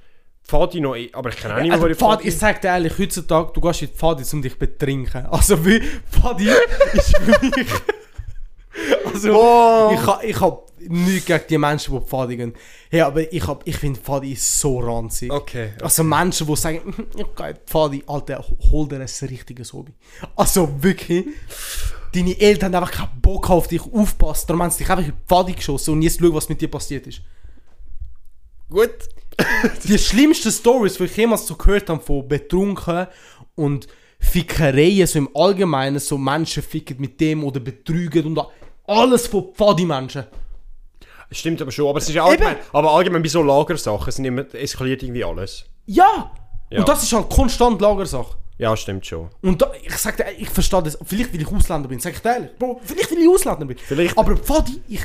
Fadi noch, eh- aber ich kenne auch niemanden, Also, der Pfadi, ich sag dir ehrlich, heutzutage, du gehst in die Pfadi, um dich zu betrinken. Also, wie <laughs> Pfadi ist für mich... Also, Oh. ich, ha- ich hab nichts gegen die Menschen, die Pfadi gehen. Hey, aber ich, hab, ich finde Pfadi ist so ranzig. Okay. Also Menschen, die sagen, «Mhm, ich gehe in die Pfadi, Alter, hol dir ein richtiges Hobby. Also wirklich, deine Eltern haben einfach keinen Bock auf dich, aufpasst, darum haben sie dich einfach in die Pfadi geschossen und jetzt schau, was mit dir passiert ist. Gut. Die schlimmsten Stories, die ich jemals so gehört habe, von Betrunken und Fickereien, so im Allgemeinen, so Menschen ficken mit dem oder betrügen und a- alles von Pfadi-Menschen. Stimmt aber schon, aber es ist ja allgemein, aber allgemein bei so Lagersachen sind immer, eskaliert irgendwie alles. Ja! Ja. Und das ist halt konstant Lagersache. Ja, stimmt schon. Und da, ich sag dir, ich verstehe das. Vielleicht, weil ich Ausländer bin, sag ich dir ehrlich. Bro, vielleicht, weil ich Ausländer bin. Vielleicht. Hm. Aber Pfadi, ich...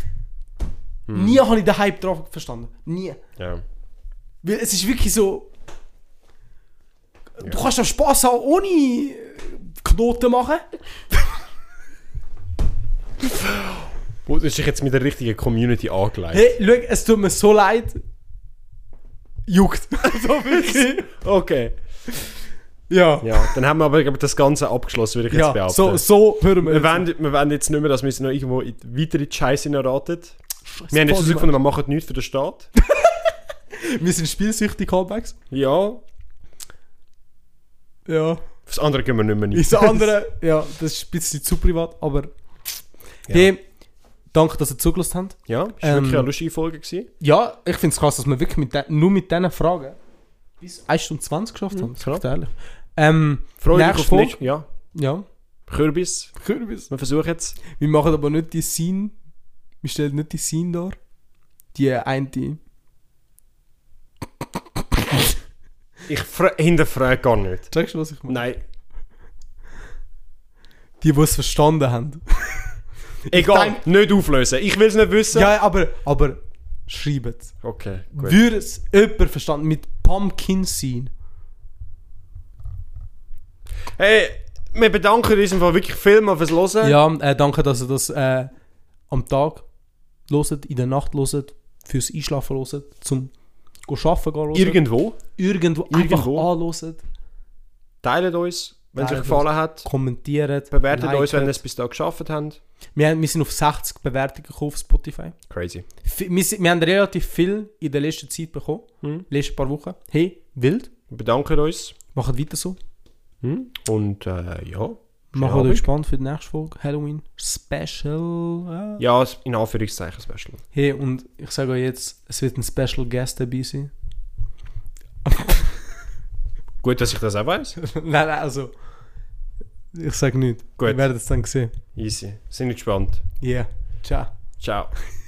Nie habe ich den Hype drauf verstanden. Nie. Ja. Weil es ist wirklich so... Du kannst auch Spass haben, ohne äh, Knoten machen. Gut, ist sich jetzt mit der richtigen Community angelegt. Hey, schau, es tut mir so leid. Juckt. <laughs> so wirklich. Okay. Ja. Ja, dann haben wir aber glaub ich, das Ganze abgeschlossen, würde ich jetzt Ja, behaupten. so, so hören Wir wir jetzt. wollen, wir wollen jetzt nicht mehr, dass wir uns noch irgendwo in weiter in die Scheiße raten. Scheiße, Wir haben jetzt Pfadi, herausgefunden, wir machen nichts für den <laughs> Staat. Mann. Wir sind spielsüchtig, Callbacks. Ja, Ja. aufs andere gehen wir nicht mehr rein. Ist andere, <laughs> ja, das ist ein bisschen zu privat, aber. Hey, danke, dass ihr zugelassen habt. <laughs> Ja, ist Ähm. wirklich eine lustige Folge gewesen. Ja, ich finde es krass, dass wir wirklich mit de- nur mit diesen Fragen bis 1 Stunde 20 geschafft haben. klar. Sag ich dir ehrlich. Mhm, Ähm, Freue mich Nächste auf nicht. Ja, ja. Kürbis. Kürbis. Wir versuchen jetzt. Wir machen aber nicht die Scene. Wir stellen nicht die Scene dar. Die eine. Ich fra- hinterfrage gar nicht. Checkst du, was ich meine? Nein. Die, die es verstanden haben. Egal, nicht auflösen. Ich will es nicht wissen. ja, aber, aber schreiben es. Okay, gut. Würde es jemand verstanden mit Pumpkin Scene? Hey, wir bedanken uns im Fall wirklich vielmal fürs Hören. Ja, äh, danke, dass ihr das äh, am Tag loset, in der Nacht loset, fürs Einschlafen loset, zum go arbeiten gehen loset, Irgendwo. irgendwo, irgendwo. einfach anloset, Teilt uns, wenn es euch Teilt gefallen hat. kommentiert, Bewertet liket. uns, wenn ihr es bis dahin geschafft habt. Wir, haben, wir sind auf 60 Bewertungen gekommen auf Spotify. Crazy. F wir, sind, wir haben relativ viel in der letzten Zeit bekommen, Mhm. letzten paar Wochen. Hey, wild, Wir bedanken uns. macht weiter so. Und äh, ja. Hm? Macht Abend. euch gespannt für die nächste Folge, Halloween Special. äh. Ja, in Anführungszeichen Special. Hey, und ich sage euch jetzt, es wird ein Special Guest dabei sein. <laughs> Gut, dass ich das auch weiß. <laughs> nein, nein, also. Ich sag nicht. Gut. Ihr werdet es dann sehen. Easy. Sind gespannt. Yeah. Ciao. Ciao.